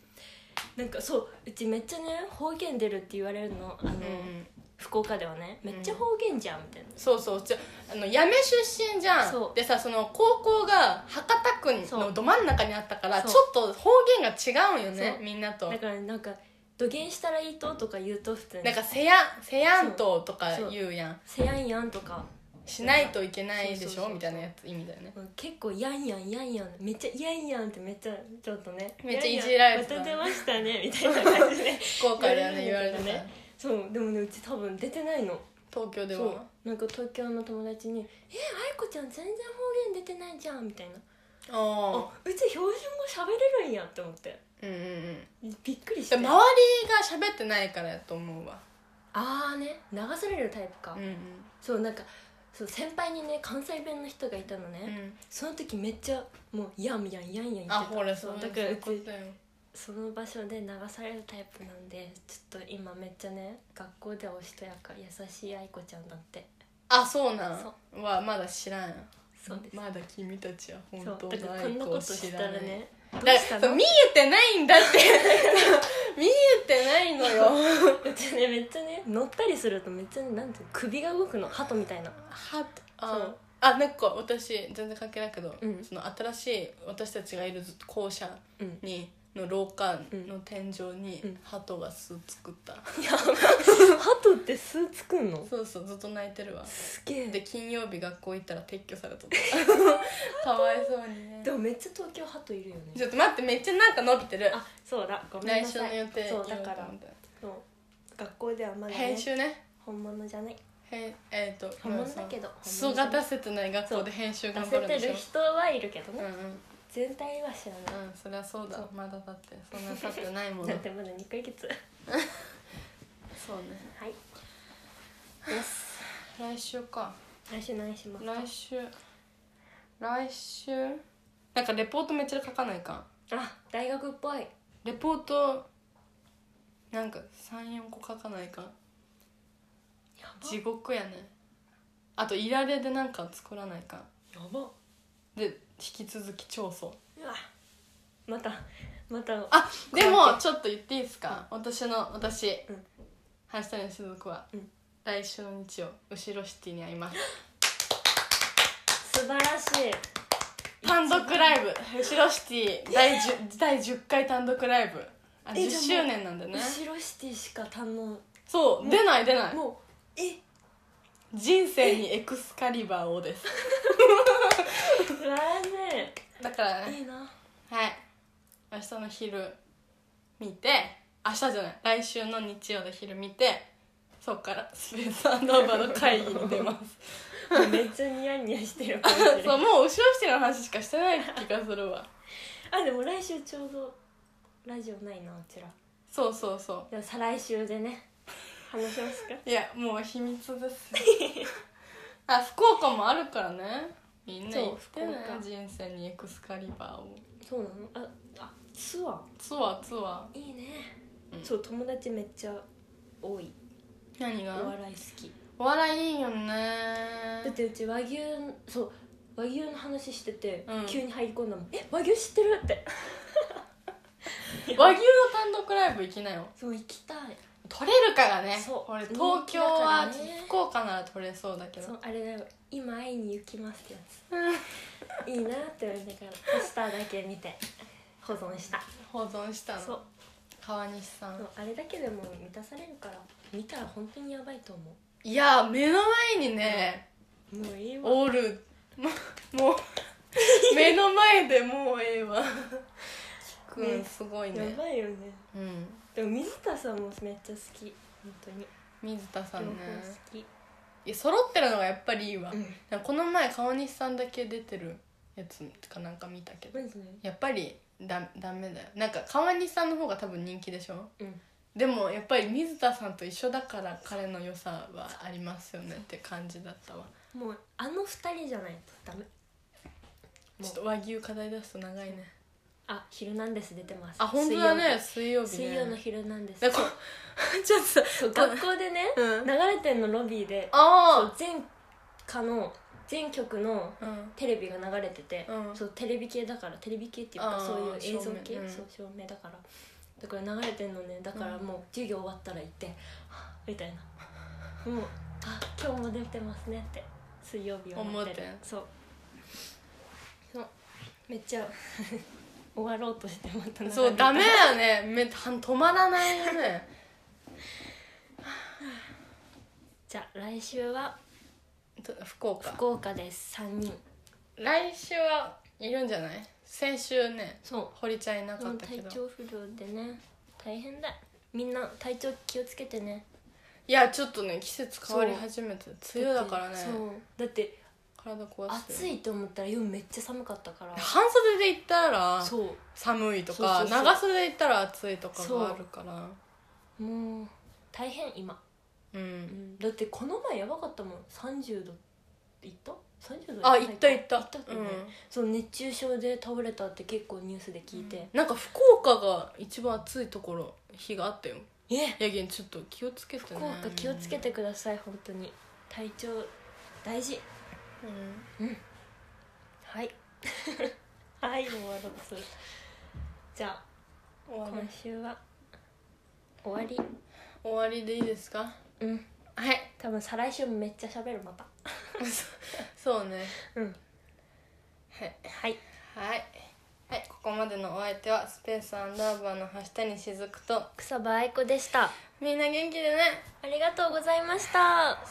A: なんかそううちめっちゃね方言出るって言われるのあの、
B: うん
A: 福岡ではねめっちゃ方言じゃんみたいな、
B: そうそうちょあの八女出身じゃ
A: そ
B: ん
A: う
B: でさその高校が博多区
A: そ
B: の
A: う
B: ど真ん中にあったから
A: そう
B: ちょっと方言が違うんよね
A: そう
B: みんなと
A: だからなんか「どげんしたらいいと?」とか言うと普通に
B: なんか「せやせやんと」とか
A: そう
B: 言うやん
A: 「せやんやん」とか
B: しないといけないで
A: そう
B: し
A: そうそ
B: ょ
A: う
B: みたいなやつ意味だよね
A: うん結構「やんやんやんやん」めっちゃ「やんやん」ってめっちゃちょっとね
B: めっちゃいじられて
A: て
B: た
A: また出ましたね みたいな感じで
B: 福岡ではね言
A: 言
B: わ
A: わ
B: れ
A: れるん
B: てた
A: だよねそうでもねうち多分出てないの
B: 東京で
A: そ
B: は
A: うなんか東京の友達に「え愛子ちゃん全然方言出てないじゃん」みたいな「
B: あ
A: あうち標準語喋れるんや」って思って
B: うんうんうん
A: びっくりし
B: で
A: て
B: 周りが喋ってないからやと思うわ
A: ああね流されるタイプか、
B: うんうん
A: そうなんかそう先輩にね関西弁の人がいたのね、
B: うん
A: その時めっちゃもう「やんやんやんやん」言ってた
B: あほら
A: そ
B: そ
A: ううだ
B: だか
A: からら
B: う
A: う
B: こ
A: ち
B: とよ
A: その場所で流されるタイプなんでちょっと今めっちゃね学校ではおしとやか優しい愛子ちゃんだって
B: あそうな
A: そ
B: んはまだ知らん
A: そうです、
B: まだ君たちは本
A: そ
B: 当
A: うだか
B: の
A: ら
B: 愛
A: こんな
B: 子
A: こ
B: を
A: とし
B: 知
A: た
B: ら
A: ら
B: ない
A: ねどう
B: だ
A: し
B: か
A: た
B: らそう
A: の
B: 見えてないんだって見えてないのよ
A: うちねめっちゃね乗ったりするとめっちゃねなんていうの首が動くの鳩みたいな
B: は
A: そ
B: あ
A: う
B: あなんか私全然関係ないけど、
A: うん
B: その新しい私たちがいる校舎
A: うん
B: にの廊下
A: うん
B: の天井に
A: うん
B: 鳩が巣作った、
A: 鳩って巣作んの
B: そうそうずっと泣いてるわ
A: すげ
B: で
A: え
B: 金曜日学校行ったら撤去さ れとったかわいそうにね
A: でもめっちゃ東京鳩いるよ
B: ち
A: ね
B: ょっと待ってめっちゃなんか伸びてる
A: あそうだごめんな
B: 来週
A: さい
B: の予定
A: そうだからそう学校ではまだ、ね、
B: 編集ね
A: 本物じゃない
B: へんえっ、と
A: 本物だけど
B: うん
A: 本
B: そう
A: 物じゃ
B: 素
A: な
B: が
A: い
B: 出せてない学校で編集頑張るん
A: 出
B: で
A: せ
B: してょ
A: る人はいるけど
B: う
A: ね、
B: んうん
A: 全体は知らない、
B: うんそりゃそうだ
A: そう
B: まだだってそんな経ってないもの
A: だってまだ2ヶ月
B: そうね
A: はい
B: 来週か
A: 来週何しますか
B: 来週来週なんかレポートめっちゃ書かないか
A: あ大学っぽい
B: レポートなんか34個書かないか
A: や
B: 地獄やねあといられでなんか作らないか
A: ばやばう
B: で引き続き調査
A: わまたまた
B: あでもちょっと言っていいですか、私の私、
A: うん
B: 林谷しずくは、
A: うん
B: 来週の日曜後ろシティに会 います
A: 素晴らしい
B: 単独ライブ後ろシティ第 10, 第10回単独ライブあ
A: え
B: 10
A: じゃあも
B: 周
A: う
B: 年なんだね
A: 後ろシティしか堪能
B: そう出ない出ない
A: もうえ
B: 人生にエクスカリバーをです
A: 素晴らし
B: だから、
A: いいい な
B: はい明日の昼見て明日じゃない来週の日曜の昼見てそうからスペースアンダーバーの会議に出ます
A: めっちゃニヤニヤしてる感じ
B: そうもう後ろしての話しかしてない気がするわ
A: あでも来週ちょうどラジオないなうちら
B: そうそうそ
A: でも再来週でね話しますか
B: ういやもう秘密ですよ あ福岡もあるからねみんな行ってね
A: そう福岡
B: 人生にエクスカリバーを
A: そうなのああツア
B: ツアーツア
A: ーいいね、
B: うん
A: そう友達めっちゃ多い
B: ー何
A: お
B: が
A: 笑い好き
B: お笑いいいよね
A: だってうち和牛そう和牛の話してて、
B: うん
A: 急に入り込んだもん「え和牛知ってる?」 って
B: 和牛の単独ライブ行きなよ
A: そう行きたい
B: 取れるかがね
A: そう
B: 俺東
A: 人気だ
B: 京は、
A: からね
B: 福岡なら取れそうだけど
A: そうあれだよ「今会いに行きます」ってやついいなって思いながらポスターだけ見て保存した
B: 保存した
A: そ
B: の
A: う
B: 川西さ
A: そ
B: ん
A: うあれだけでも満たされるから見たら本当にやばいと思
B: いや目の前にね
A: うもういいわ
B: おるももう目の前でもうええわくん
A: ね
B: すごい
A: や
B: ね
A: ばいよね
B: うん
A: でも水田さんもめっちゃ好き本当に
B: 水田さんね
A: 両方
B: いや揃ってるのがやっぱりいいわ、
A: 好き
B: なんかこの前川西さんだけ出てるやつかなんか見たけど
A: マジで
B: やっぱりだダメだよなんか川西さんの方が多分人気でしょ
A: うん
B: でもやっぱり水田さんと一緒だから彼の良さはありますよねって感じだったわ
A: もうあの二人じゃないとダメ
B: ちょっと和牛課題出すと長いね
A: あ「ヒルナンデス」出てます
B: あ本当だね水曜日ね
A: 水曜の「ヒルナンデス
B: だ」からこちょっとさ
A: そう学校でね、
B: うん
A: 流れてんのロビーでそう
B: あ
A: 全歌の全曲の
B: あうん
A: テレビが流れてて、
B: うん
A: そうテレビ系だからテレビ系っていうか
B: あー
A: そういう映像系
B: 照明うん
A: そう照明だからだから流れてんのねだからもう授業終わったら行って「はぁみたいなもう「あ今日も出てますね」って水曜日を待ってる
B: 思って
A: そうそうめっちゃ 終わろうとしてまた流れて
B: そうダメだねめは止まらないよね
A: じゃあ来週は
B: と福岡
A: 福岡です3人
B: 来週はいるんじゃない先週ね
A: そう
B: 堀ちゃんいなか
A: う
B: っ
A: ん
B: たけ
A: 体
B: ど
A: 調不良でね大変だみんな体調気をつけてね
B: いやちょっとね季節変わり始めて梅雨だからね
A: ってそうだって
B: 体壊して
A: 暑いと思ったら夜めっちゃ寒かったから
B: 半袖で行ったら
A: そう
B: 寒いとか
A: そうそうそう
B: 長袖で行ったら暑いとかがあるから
A: もう大変今、
B: う
A: うんん、だってこの前やばかったもん30度いった30度
B: あ行った行った
A: 行ったって
B: う
A: ね、
B: ん、
A: そう熱中症で倒れたって結構ニュースで聞いて、
B: なんか福岡が一番暑いところ日があったよ
A: え
B: やけんちょっと気をつけてね
A: 福岡気をつけてください本当に体調大事
B: うん
A: はい はいもう終わろうとするじゃあ
B: 終わ
A: 今
B: り
A: 週は終わり
B: 終わりでいいですか
A: うん
B: はい
A: 多分再来週もめっちゃ喋るまた
B: そうね
A: うん
B: はい
A: はい
B: はいはいここまでのお相手はスペースアンダーバーの橋谷しずくと
A: 草場愛子でした
B: みんな元気でね
A: ありがとうございました